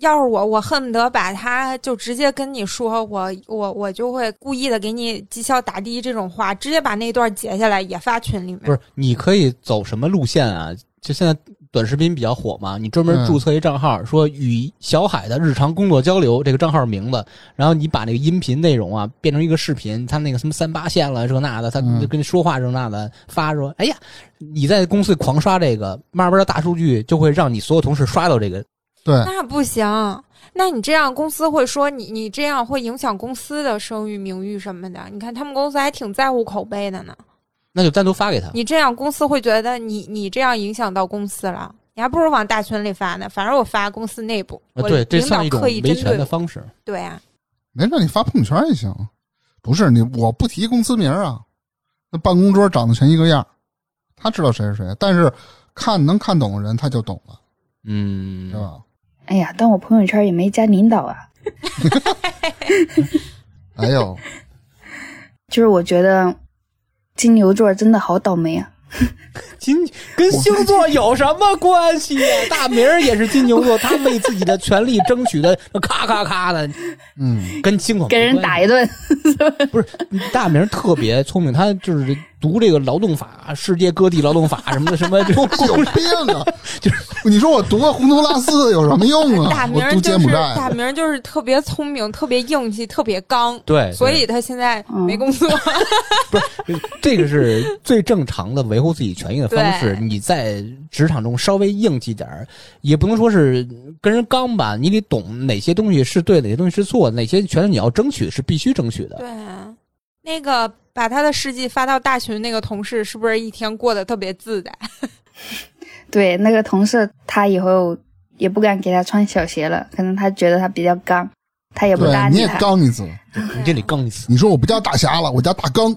S2: 要是我，我恨不得把他就直接跟你说，我我我就会故意的给你绩效打低这种话，直接把那段截下来也发群里面。
S3: 不是，你可以走什么路线啊？就现在短视频比较火嘛，你专门
S1: 嗯
S3: 注册一账号，说与小海的日常工作交流这个账号名字，然后你把那个音频内容啊变成一个视频，他那个什么三八线了这那的，他
S1: 嗯
S3: 就跟你说话这那的发说，哎呀，你在公司狂刷这个，慢慢的大数据就会让你所有同事刷到这个。
S1: 对，
S2: 那不行，那你这样公司会说你，你这样会影响公司的声誉、名誉什么的。你看他们公司还挺在乎口碑的呢，
S3: 那就单独发给他，
S2: 你这样公司会觉得你你这样影响到公司了，你还不如往大群里发呢。反正我发公司内部，
S3: 呃
S2: 我
S3: 对，这
S2: 领
S3: 算
S2: 导
S3: 一种
S2: 刻意
S3: 维
S2: 针对
S3: 权
S2: 我，
S3: 的方式。
S2: 对啊。
S1: 没事，你发朋友圈也行。不是你，我不提公司名儿啊。那办公桌长得全一个样儿，他知道谁是谁，但是看能看懂的人他就懂了，
S3: 嗯
S1: 是，吧？
S4: 哎呀，但我朋友圈也没加领导啊。
S1: 哎呦，哎
S4: 就是我觉得金牛座真的好倒霉啊！
S3: 金跟星座有什么关系呀、大明儿也是金牛座，他为自己的权利争取的，咔咔咔的，
S1: 嗯，
S3: 跟星座
S4: 给人打一顿，
S3: 不是大明儿特别聪明，他就是读这个劳动法，世界各地劳动法什么的什 么这种
S1: 有病 啊！就是你说我读个洪都拉斯有什么用啊？
S2: 大
S1: 我
S2: 明
S1: 读
S2: 儿就
S1: 柬
S2: 是
S1: 埔
S2: 大
S1: 寨，
S2: 明儿就是特别聪明，特别硬气，特别刚，
S3: 对，
S2: 所以他现在没
S1: 嗯
S2: 工 作。
S3: 这个是最正常的维护自己权益的方式。
S2: 对
S3: 你在职场中稍微硬气点儿，也不能说是跟人刚吧，你得懂哪些东西是对，哪些东西是错，哪些权利你要争取是必须争取的。
S2: 对，啊那个把他的事迹发到大群那个同事，是不是一天过得特别自在？
S4: 对，那个同事他以后也不敢给他穿小鞋了，可能他觉得他比较刚，他也不
S1: 对，
S4: 搭
S1: 你
S4: 理
S1: 也
S4: 他。
S1: 刚一次。
S3: 你这里刚一次，
S1: 你说我不叫大侠了，我叫大 刚。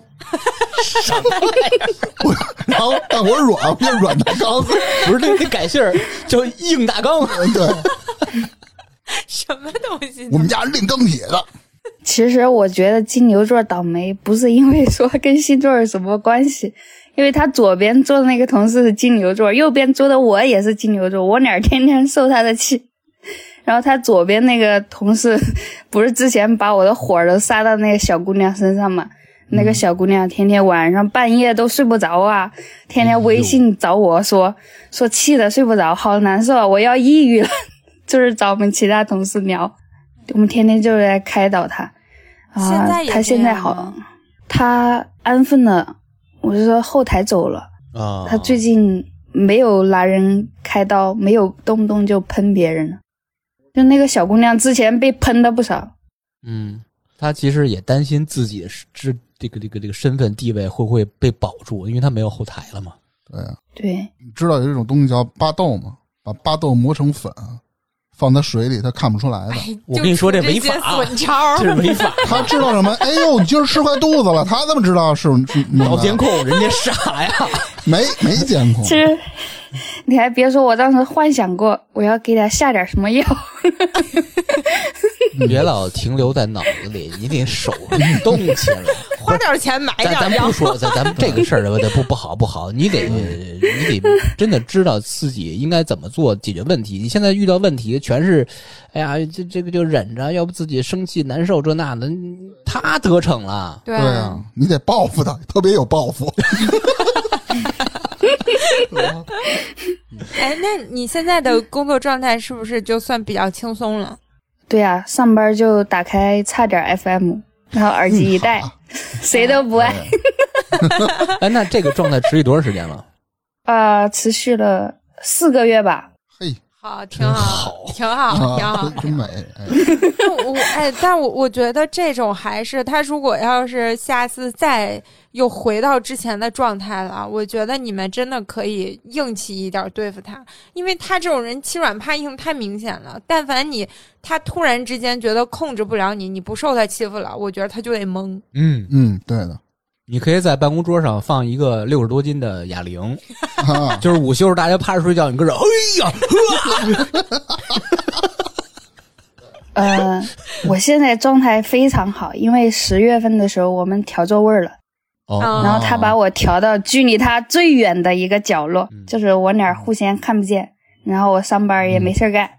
S1: 我然后，但我软，我变软大刚。
S3: 不是这得改姓儿叫硬大刚。
S1: 对，
S2: 什么东西？
S1: 我们家是炼钢铁的。
S4: 其实我觉得金牛座倒霉不是因为说跟星座有什么关系，因为他左边坐的那个同事是金牛座，右边坐的我也是金牛座，我哪儿天天受他的气？然后他左边那个同事不是之前把我的火儿都撒到那个小姑娘身上嘛？那个小姑娘天天晚上半夜都睡不着啊，天天微信找我说说气的睡不着，好难受啊，我要抑郁了， 就是找我们其他同事聊，我们天天就在开导他。啊，
S2: 现在也
S4: 他现
S2: 这
S4: 在
S2: 样
S4: 好
S2: 吗，
S4: 他安分了，我是说后台走了，
S3: 啊
S4: 他最近没有拿人开刀，没有动不动就喷别人了。就那个小姑娘之前被喷了不少，
S3: 嗯，他其实也担心自己是这这个这个这个身份地位会不会被保住，因为他没有后台了 嘛。
S1: 对，
S4: 对，
S1: 你知道有一种东西叫巴豆吗？把巴豆磨成粉，放在水里，它看不出来的。。
S3: 我跟你说
S2: 就
S3: 这违
S2: 些
S3: 法
S2: 损招儿
S3: 这是违法
S1: 他知道什么？哎呦，你今儿吃坏肚子了。他怎么知道是是那
S3: 老
S1: 个
S3: 监 控，人家傻呀！
S1: 没没监控
S4: 其？实你还别说，我当时幻想过我要给他下点什么药，
S3: 别老停留在脑子里，你得手动起 来。
S2: 花点钱买
S3: 咱
S2: 点
S3: 咱
S2: 药
S3: 不。说，咱咱们这个事儿吧，不不好不好，你得你得真的知道自己应该怎么做解决问题。你现在遇到问题全是，哎呀，这这个就忍着，要不自己生气难受这那的，他得逞了。
S2: 对
S1: 对啊，你得报复他，特别有报复。
S2: 哎，那你现在的工作状态是不是就算比较轻松了？
S4: 对啊，上班就打开差点 FM，然后耳机 一戴，
S1: 嗯
S4: 谁都不爱，
S3: 哎，那这个状态持续多长时间了？
S4: 啊、持续了四个月吧，
S1: 嘿，
S2: 好，挺好，挺好，挺好
S1: 啊，。真美！哎
S2: 我哎，但我我觉得这种还是他如果要是下次再又回到之前的状态了，我觉得你们真的可以硬气一点对付他，因为他这种人欺软怕硬太明显了。但凡你他突然之间觉得控制不了你，你不受他欺负了，我觉得他就得懵。
S3: 嗯，
S1: 嗯，对的。
S3: 你可以在办公桌上放一个六十多斤的哑铃，
S1: 啊，
S3: 就是午休时大家趴着睡觉，你 跟着，哎呀，
S4: 呃，我现在状态非常好，因为十月份的时候我们调座位了，
S2: 哦
S4: 嗯然后他把我调到距离他最远的一个角落，
S3: 嗯
S4: 就是我哪儿互相看不见，然后我上班也没事儿干。
S1: 哦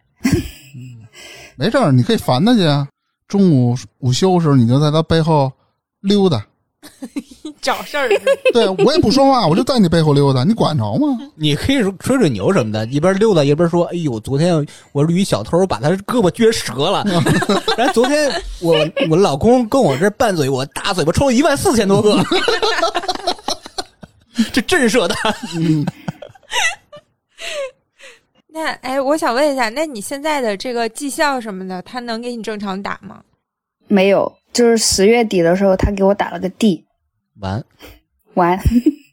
S1: 没事儿，你可以烦他去啊。中午午休时候，你就在他背后溜 达。
S2: 你找事儿是吧
S1: 对啊我也不说话，我就在你背后溜达，你管着吗？
S3: 你可以吹吹牛什么的，一边溜达一边说：“哎呦，昨天我遇一小偷，把他胳膊撅折 了。然后昨天 我我老公跟我这拌嘴，我大嘴巴抽了一万四千多个， 这震慑的。
S2: 那哎，我想问一下，那你现在的这个绩效什么的，他能给你正常打吗？
S4: 没有，就是十月底的时候他给我打了个 D，
S3: 完，
S4: 完，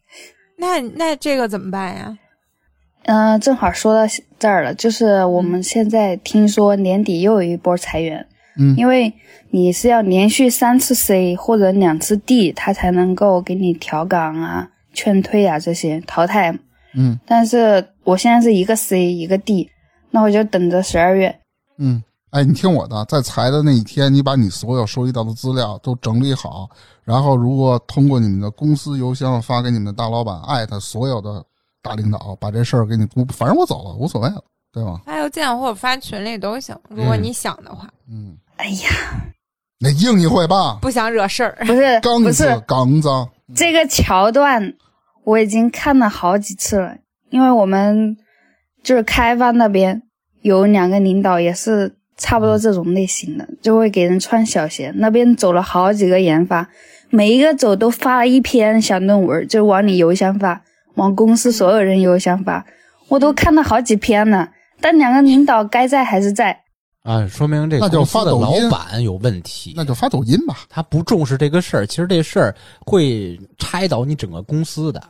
S2: 那那这个怎么办呀？
S4: 嗯、正好说到这儿了，就是我们现在听说年底又有一波裁员，
S1: 嗯
S4: 因为你是要连续三次 C 或者两次 D，他才能够给你调岗啊、劝退啊这些淘汰。
S1: 嗯
S4: 但是我现在是一个 C 一个 D，那我就等着十二月。
S1: 嗯，哎，你听我的，在裁的那一天，你把你所有收集到的资料都整理好，然后如果通过你们的公司邮箱发给你们的大老板，艾特所有的大领导，把这事儿给你公，反正我走了，无所谓了，对吧？
S2: 发邮件或者发群里都行，如果
S3: 嗯
S2: 你想的话，
S1: 嗯，
S4: 哎呀，
S1: 那硬一回吧，
S2: 不想惹事儿。
S4: 不是
S1: 刚
S4: 不
S1: 子
S4: 是
S1: 刚子，
S4: 这个桥段，我已经看了好几次了，因为我们就是开发那边有两个领导也是差不多这种类型的，就会给人穿小鞋。那边走了好几个研发，每一个走都发了一篇小论文，就往你邮箱发，往公司所有人邮箱发，我都看了好几篇了。但两个领导该在还是在，
S3: 啊，说明这
S1: 那就
S3: 公司
S1: 发
S3: 的
S1: 抖
S3: 老
S1: 音
S3: 板有问题，
S1: 那就发抖音吧。
S3: 他不重视这个事儿，其实这事儿会拆倒你整个公司的。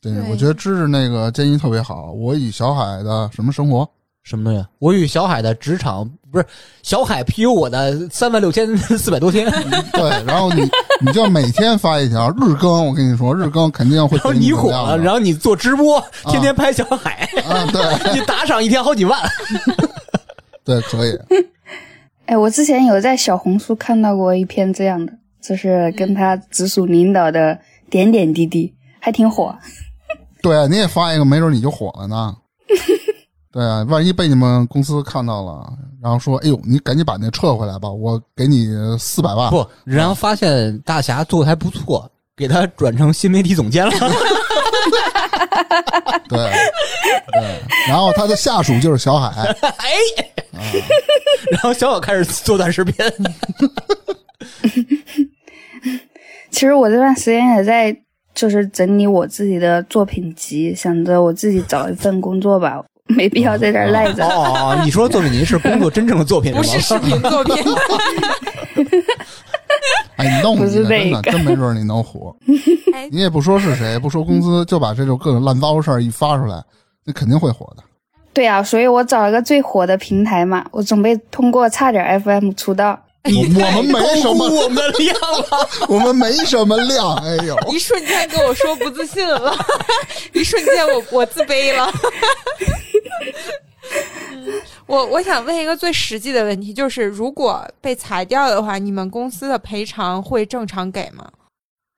S1: 对，
S2: 对
S1: 我觉得芝芝那个建议特别好。我与小海的什么生活？
S3: 什么东西？我与小海的职场不是小海 PU 我的三万六千四百多天，然
S1: 对，然后你你就每天发一条日更，我跟你说，日更肯定会
S3: 后
S1: 给你
S3: 你火了，啊然
S1: 后
S3: 后你做直播，天天拍小 海，
S1: 啊，对
S3: 你打赏一天好几万。
S1: 对，可以，
S4: 哎，我之前有在小红书看到过一篇这样的，就是跟他直属领导的点点滴滴，还挺火。啊
S1: 对，你也发一个，没准你就火了呢。对啊，万一被你们公司看到了，然后说：“哎呦，你赶紧把那撤回来吧，我给你四百万。
S3: 不，然后发现大侠做的还不错，给他转成新媒体总监了。”
S1: 对对，然后他的下属就是小海，
S3: 哎， 然后小小开始做短视频，
S4: 其实我这段时间也在就是整理我自己的作品集，想着我自己找一份工作吧，没必要在这儿赖着。
S3: 哦，你说作品集是工作真正的作品
S2: 不是
S3: 是
S2: 视
S3: 吗？
S2: 频作 品，
S1: 哎，你弄你
S4: 不是
S1: 的，真
S4: 那
S1: 的，
S4: 个
S1: 真没准你能火。
S2: 哎
S1: 你也不说是谁，不说公司，就把这种各种烂糟事儿一发出来，那肯定会火的。
S4: 对啊，所以我找了个最火的平台嘛，我准备通过差点 FM 出道。
S1: 我我们没什
S3: 高估
S1: 么，
S3: 我们的量 了，
S1: 我们没什么量。哎呦，
S2: 一瞬间跟我说不自信了， 一瞬间我我自卑了。 我我想问一个最实际的问题，就是如果被裁掉的话，你们公司的赔偿会正常给吗？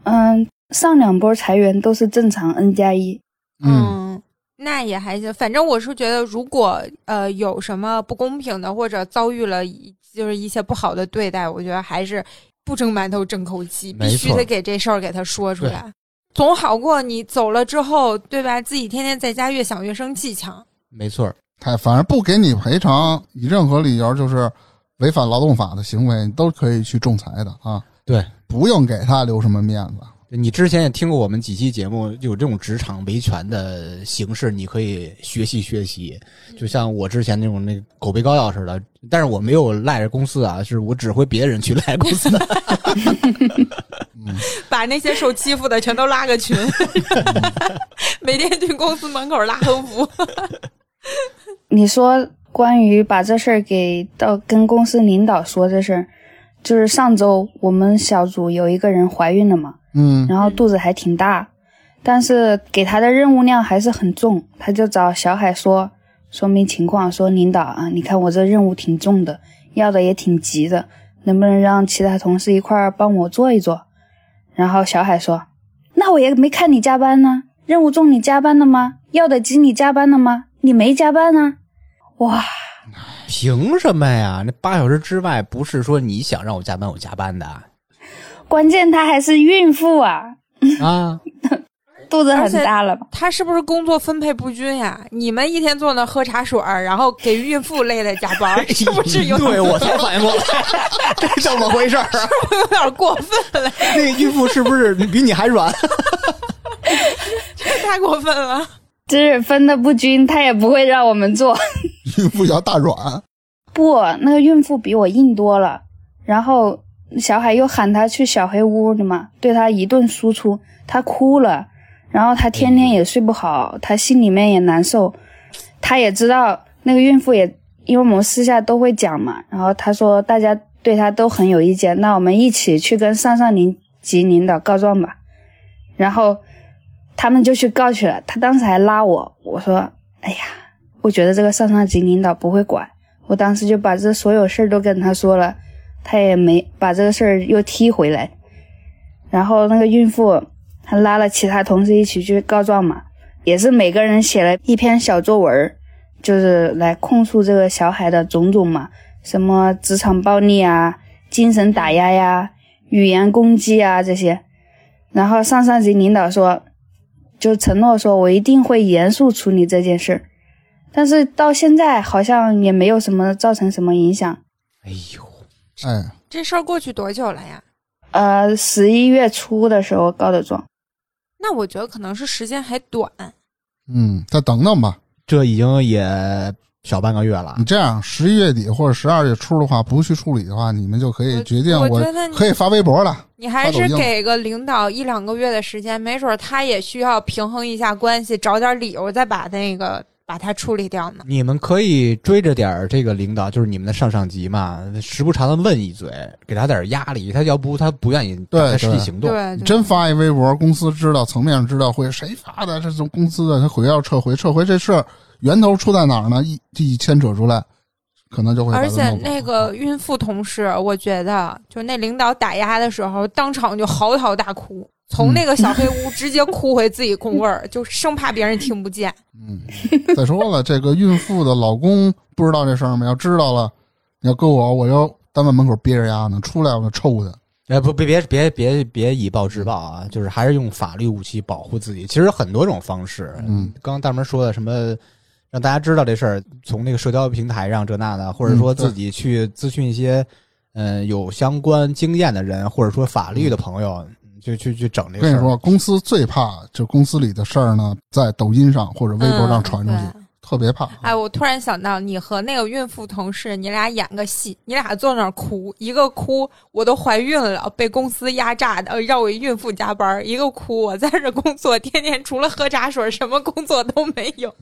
S4: 嗯，上两波裁员都是正常 N 加一。
S1: 嗯，
S2: 嗯，那也还行。反正我是觉得，如果呃有什么不公平的，或者遭遇了一就是一些不好的对待，我觉得还是不蒸馒头争口气，
S3: 没
S2: 必须
S3: 错
S2: 得给这事儿给他说出来，总好过你走了之后，对吧？自己天天在家越想越生气强。
S3: 没错儿，
S1: 他反正不给你赔偿，以任何理由就是违反劳动法的行为，你都可以去仲裁的啊。
S3: 对，
S1: 不用给他留什么面子。
S3: 你之前也听过我们几期节目，有这种职场维权的形式，你可以学习学习。就像我之前那种那狗被膏药似的，但是我没有赖着公司啊，是我指挥别人去赖公司。
S2: 把那些受欺负的全都拉个群， 每天去公司门口拉横幅。
S4: 你说关于把这事儿给到跟公司领导说这事儿，就是上周我们小组有一个人怀孕了嘛，
S1: 嗯，
S4: 然后肚子还挺大，但是给他的任务量还是很重，他就找小海说说明情况，说领导啊，你看我这任务挺重的，要的也挺急的，能不能让其他同事一块儿帮我做一做？然后小海说，那我也没看你加班呢，任务重你加班了吗？要的急你加班了吗？你没加班啊？哇，
S3: 凭什么呀？那八小时之外不是说你想让我加班我加班的
S4: 关键她还是孕妇啊，
S3: 啊？
S4: 肚子
S2: 而
S4: 很
S2: 且
S4: 大了吧？
S2: 他是不是工作分配不均呀、你们一天坐那喝茶水儿，然后给孕妇累得加班儿，是不是 有点
S3: 对我才反应 过来，这是怎么回事儿啊？
S2: 有点过分了？
S3: 那个孕妇是不是比你还软？
S2: 这太过分了。
S4: 就是分的不均，她也不会让我们做。
S1: 孕妇要大软，
S4: 不，那个孕妇比我硬多了。然后小海又喊她去小黑屋的嘛，对她一顿输出，她哭了。然后她天天也睡不好，她心里面也难受。她也知道那个孕妇也，因为我们私下都会讲嘛。然后她说大家对她都很有意见，那我们一起去跟上上领级领导告状吧。然后他们就去告去了。她当时还拉我，我说：“哎呀，我觉得这个上上级领导不会管。”我当时就把这所有事儿都跟他说了，他也没把这个事儿又踢回来。然后那个孕妇她拉了其他同事一起去告状嘛，也是每个人写了一篇小作文儿，就是来控诉这个小海的种种嘛，什么职场暴力啊、精神打压呀、语言攻击啊这些。然后上上级领导说，就承诺说我一定会严肃处理这件事儿，但是到现在好像也没有什么造成什么影响。
S3: 哎呦，
S1: 哎，
S2: 这事儿过去多久了呀？
S4: 呃，十一月初的时候告的状，
S2: 那我觉得可能是时间还短。
S1: 嗯，再等等吧。
S5: 这已经也小半个月了
S1: 你，这样十一月底或者十二月初的话，不去处理的话，你们就可以
S2: 我
S1: 决定
S2: 我
S1: 我
S2: 觉得你
S1: 可以发微博了。
S2: 你还
S1: 发
S2: 是
S1: 抖音
S2: 给个领导一两个月的时间，没准儿他也需要平衡一下关系，找点理由再把那个把它处理掉呢。
S5: 你们可以追着点儿这个领导，就是你们的上上级嘛，时不常的问一嘴，给他点儿压力，他要不他不愿意
S1: 对
S5: 他实际
S1: 对
S5: 行动。
S2: 对，
S1: 你
S2: 对
S1: 真发一微博，公司知道，层面上知道会谁发的，这从公司的他回要撤回，撤回这事儿源头出在哪儿呢？一一牵扯出来，可能就会把它
S2: 而且
S1: 弄走
S2: 那个孕妇同事，我觉得就那领导打压的时候，当场就嚎啕大哭，
S1: 嗯
S2: 从那个小黑屋直接哭回自己空位儿，就生怕别人听不见。
S1: 嗯，再说了，这个孕妇的老公不知道这事儿吗？要知道了，你要搁我，我就单位门口憋着丫呢，出来我就抽他。
S5: 哎，不，别别别别别以暴制暴啊！就是还是用法律武器保护自己。其实很多种方式，
S1: 嗯，
S5: 刚刚大门说的什么，让大家知道这事儿，从那个社交平台上这那的，或者说
S1: 嗯对
S5: 自己去咨询一些，嗯、有相关经验的人，或者说法律的朋友，就去去整
S1: 我
S5: 这个
S1: 跟
S5: 事
S1: 你
S5: 儿。
S1: 说，公司最怕就公司里的事儿呢，在抖音上 或者微博上传出去，
S2: 嗯对
S1: 特别怕。
S2: 哎，我突然想到，你和那个孕妇同事，你俩演个戏，你俩坐那儿哭，一个哭我都怀孕了，被公司压榨的，让我一孕妇加班儿；一个哭我在这工作，天天除了喝茶水，什么工作都没有。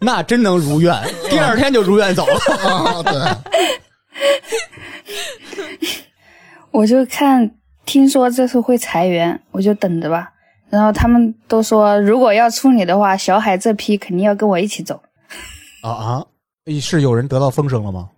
S5: 那真能如 愿，第二天就如愿走了。
S1: 啊，对，
S4: 我就看听说这次会裁员，我就等着吧。然后他们都说，如果要处理的话，小海这批肯定要跟我一起走，
S5: 啊啊！是有人得到风声了吗？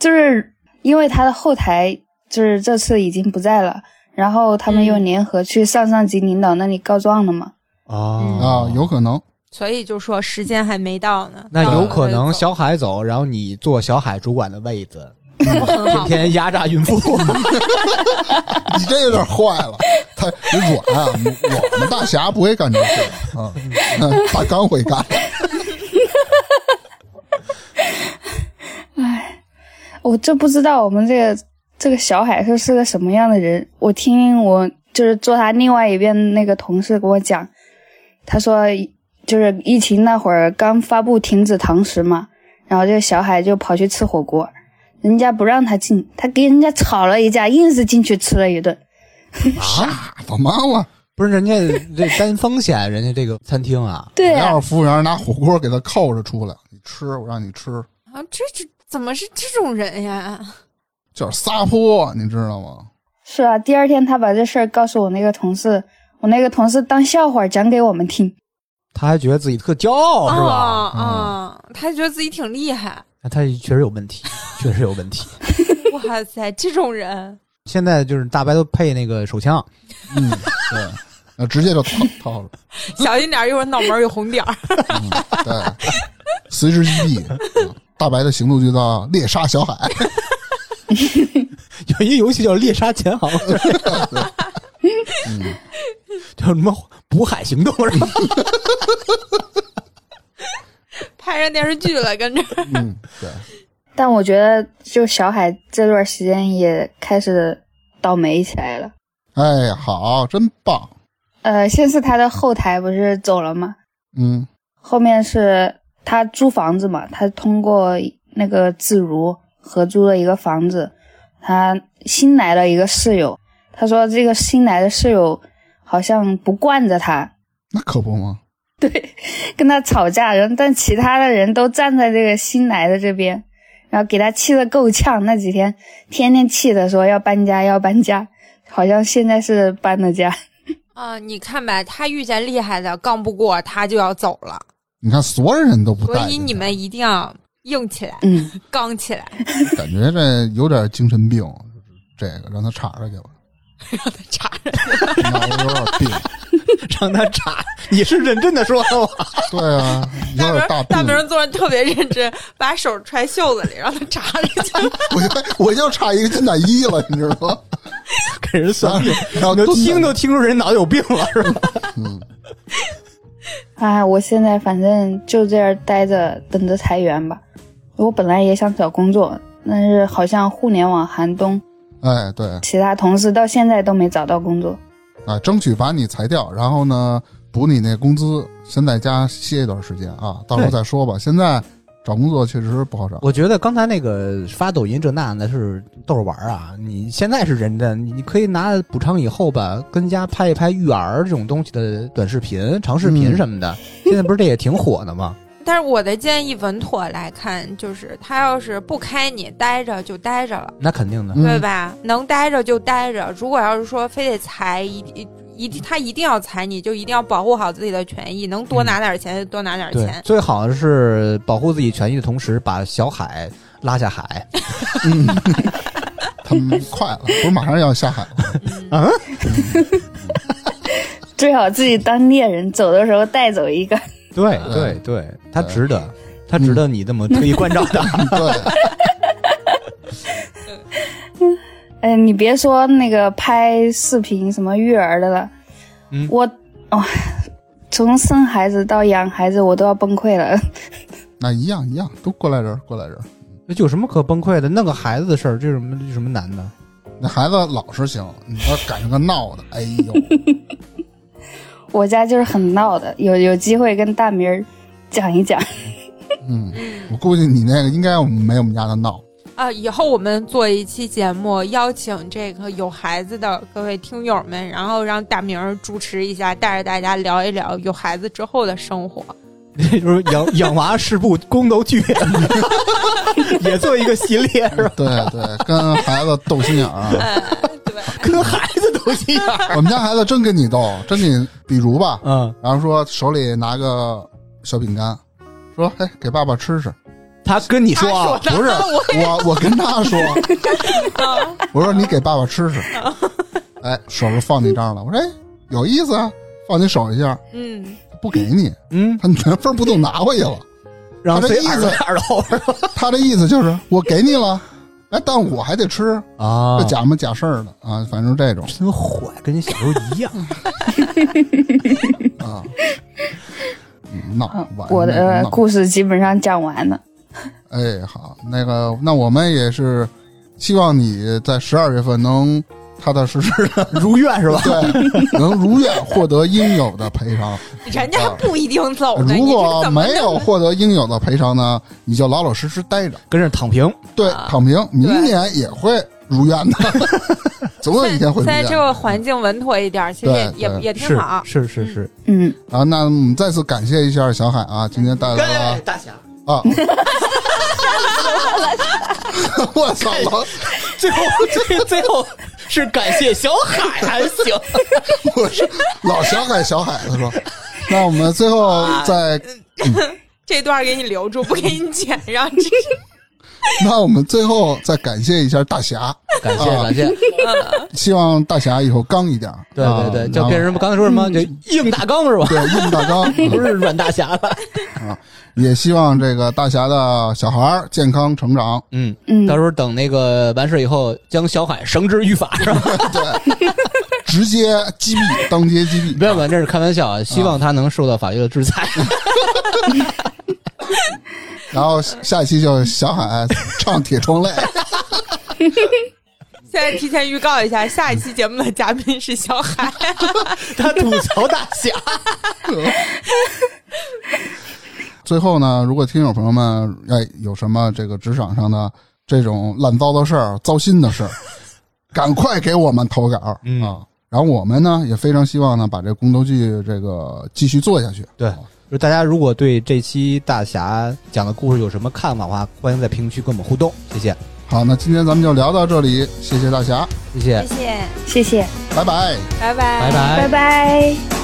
S4: 就是因为他的后台就是这次已经不在了，然后他们又
S2: 嗯
S4: 联合去上上级领导那里告状了嘛。
S5: 啊
S1: 啊，有可能。
S2: 嗯所以就说时间还没到呢。
S5: 那有可
S2: 啊
S5: 能小海走，然后你坐小海主管的位子，
S2: 我很
S5: 天
S2: 好。
S5: 天压榨孕妇。
S1: 你这有点坏了，他你软啊，我们大侠不会干这事啊，嗯大刚会干。
S4: 我就不知道我们这个这个小海是是个什么样的人。我听我就是做他另外一边那个同事跟我讲，他说就是疫情那会儿刚发布停止堂食嘛，然后这个小海就跑去吃火锅，人家不让他进，他跟人家吵了一架，硬是进去吃了一顿。
S1: 傻子妈啊了！
S5: 不是人家这担风险，人家这个餐厅啊，
S4: 对啊，
S1: 要是服务员拿火锅给他扣着出来，你吃，我让你吃，
S2: 啊，这这怎么是这种人呀？
S1: 就是撒泼，你知道吗？
S4: 是啊。第二天他把这事儿告诉我那个同事，我那个同事当笑话讲给我们听。
S5: 他还觉得自己特骄傲，哦是吧？
S2: 啊、嗯，他觉得自己挺厉害。
S5: 那他确实有问题，确实有问题。
S2: 哇塞，这种人，
S5: 现在就是大白都配那个手枪，
S1: 嗯，对，那直接就套套了，
S2: 小心点儿，一会儿脑门儿有红点儿。
S1: 嗯，对，随时击毙。嗯大白的行动就到猎杀小海，
S5: 有一游戏叫《猎杀前行》，
S1: 嗯，
S5: 叫什么捕海行动是吧？
S2: 拍上电视剧了，跟着。
S1: 嗯，对，
S4: 但我觉得，就小海这段时间也开始倒霉起来了。
S1: 哎，好，真棒，
S4: 呃，先是他的后台不是走了吗？
S1: 嗯
S4: 后面是他租房子嘛，他通过那个自如合租了一个房子，他新来了一个室友，他说这个新来的室友好像不惯着他，
S1: 那可不嘛，
S4: 跟他吵架，然后但其他的人都站在这个新来的这边，然后给他气得够呛，那几天天天气的说要搬家要搬家，好像现在是搬了家。
S2: 啊、你看吧，他遇见厉害的，刚不过他就要走了。
S1: 你看，所有人都不
S2: 所
S1: 带着呢，
S2: 以你们一定要硬起来，
S4: 嗯，
S2: 刚起来，
S1: 感觉这有点精神病，这个让他查查去吧，
S2: 查
S1: 脑子有点病。
S5: 让他查。你是认真的说的吗？
S1: 对啊，有点大
S2: 大明，大
S1: 病。
S2: 明做人特别认真，把手揣袖子里，让他查查去。
S1: 我就我就差一个金乃伊了，你知道吗？
S5: 给人算命，
S1: 然后
S5: 都
S1: 金乃
S5: 听都听出人脑有病了，是吧？
S1: 嗯，
S4: 哎，我现在反正就这样待着，等着裁员吧。我本来也想找工作，但是好像互联网寒冬，
S1: 哎对，
S4: 其他同事到现在都没找到工作。
S1: 啊，争取把你裁掉，然后呢补你那工资，先在家歇一段时间啊，到时候再说吧。现在找工作确实不好找，
S5: 我觉得刚才那个发抖音这那的是逗着玩儿啊，你现在是认真，你你可以拿补偿以后吧，跟家拍一拍育儿这种东西的短视频、长视频什么 的，现在不是这也挺火的吗？
S2: 但是我的建议，稳妥来看，就是他要是不开你，待着就待着了，
S5: 那肯定的，
S2: 对
S1: 嗯，
S2: 吧？能待着就待着。如果要是说非得裁一一一定，他一定要裁你，就一定要保护好自己的权益，能
S1: 嗯
S2: 多拿点钱就多拿点
S5: 对
S2: 钱，。
S5: 最好是保护自己权益的同时，把小海拉下海。
S1: 他们快了，不是马上要下海了吗？
S4: 最好自己当猎人，走的时候带走一个。
S5: 对
S1: 对
S5: 对， 他值得，他值得你这么特意关照他。
S1: 对，
S4: 哎，你别说那个拍视频什么育儿的了，
S5: 嗯
S4: 我哦，从生孩子到养孩子，我都要崩溃了。
S1: 那一样一样，都过来人，过来人。
S5: 那有什么可崩溃的？弄个孩子的事儿，这有什么有什么难的？
S1: 那孩子老实行，你要赶上个闹的，哎呦，
S4: 我家就是很闹的，有有机会跟大明儿讲一讲。
S1: 嗯，我估计你那个应该没我们家的闹。
S2: 啊，以后我们做一期节目，邀请这个有孩子的各位听友们，然后让大明儿主持一下，带着大家聊一聊有孩子之后的生活。
S5: 就是养养娃事不宫斗剧， 也做一个系列 是吧？
S1: 对对，跟孩子斗心眼儿，啊
S2: 哎， 对，
S5: 跟孩子都一样。
S1: 我们家孩子真跟你斗，真给你，比如吧，
S3: 啊
S5: 嗯，
S1: 然后说手里拿个小饼干，说哎给爸爸吃吃。
S5: 他跟你说啊，
S1: 不是我，我跟他说， 我说你给爸爸吃 吃，哎，手就放你这儿了。我说哎，有意思啊，放你手一下，
S2: 嗯，
S1: 不给你，
S5: 嗯，
S1: 他原封不动拿回去 了。
S5: 然后
S1: 他这
S5: 随
S1: 意
S5: 耳
S1: 思
S5: 朵耳朵 是吧？
S1: 他的意思就是我给你了，哎，但我还得吃，
S5: 啊
S1: 这假模假式儿的啊，反正这种
S5: 真坏，跟你小时候一样。
S1: 啊，嗯闹完
S4: 我的、呃
S1: 闹
S4: 故事基本上讲完了。
S1: 哎，好，那个，那我们也是希望你在十二月份能踏踏实实的，
S5: 如愿是吧？
S1: 对，能如愿获得应有的赔偿。
S2: 人家还不一定走呢。
S1: 啊如
S2: 你这
S1: 果
S2: 怎么
S1: 没有获得应有的赔偿呢，你就老老实实待着，
S5: 跟着躺平，
S1: 对，
S2: 啊
S1: 躺平，明年也会如愿的， 总有一天会如愿
S2: 在这
S1: 的。
S2: 个环境稳妥一点，其实也
S1: 啊对
S2: 也
S1: 对
S2: 也挺
S5: 是
S2: 好。
S5: 是是是，
S4: 嗯，
S1: 啊，那我们再次感谢一下小海啊，今天带来了
S5: 大侠，
S1: 啊。 我操！老
S5: 最后最最后是感谢小海还行，
S1: 我是老小海，小海他 说，那我们最后再，
S2: 这段给你留住，不给你剪，让这
S1: 那我们最后再感谢一下大侠，
S3: 感谢感
S5: 啊
S3: 谢，
S1: 希望大侠以后刚一点儿。
S3: 对
S1: 啊
S3: 对对，
S5: 嗯
S3: 就变
S1: 然后
S3: 成刚才说什么就硬大纲是 吧？
S1: 对硬大 纲，
S3: 不
S1: 嗯
S3: 是软大侠了。
S1: 也希望这个大侠的小孩儿健康成长。
S3: 嗯，
S4: 嗯
S3: 到时候等那个完事以后，将小海绳之于 法是吧？
S1: 对，直接击毙，当街击
S3: 不
S5: 嗯
S1: 毙。
S3: 要管这是开玩笑啊，希望他能受到法律的制裁。
S1: 然后下一期就小海唱《铁窗泪》。
S2: 现在提前预告一下，下一期节目的嘉宾是小海。
S5: 他吐槽大 侠，
S1: 最后呢，如果听友朋友们哎有什么这个职场上的这种烂糟的事儿、糟心的事儿，赶快给我们投稿、
S5: 嗯
S1: 啊！然后我们呢也非常希望呢把这宫斗剧这个继续做下去。
S5: 对。就大家如果对这期大侠讲的故事有什么看法的话，欢迎在评论区跟我们互动，谢谢，
S1: 好，那今天咱们就聊到这里，谢谢大侠，
S5: 谢谢，
S2: 谢，
S4: 谢谢，
S1: 拜拜。
S2: 拜拜，
S5: 拜
S4: 拜
S5: 拜
S4: 拜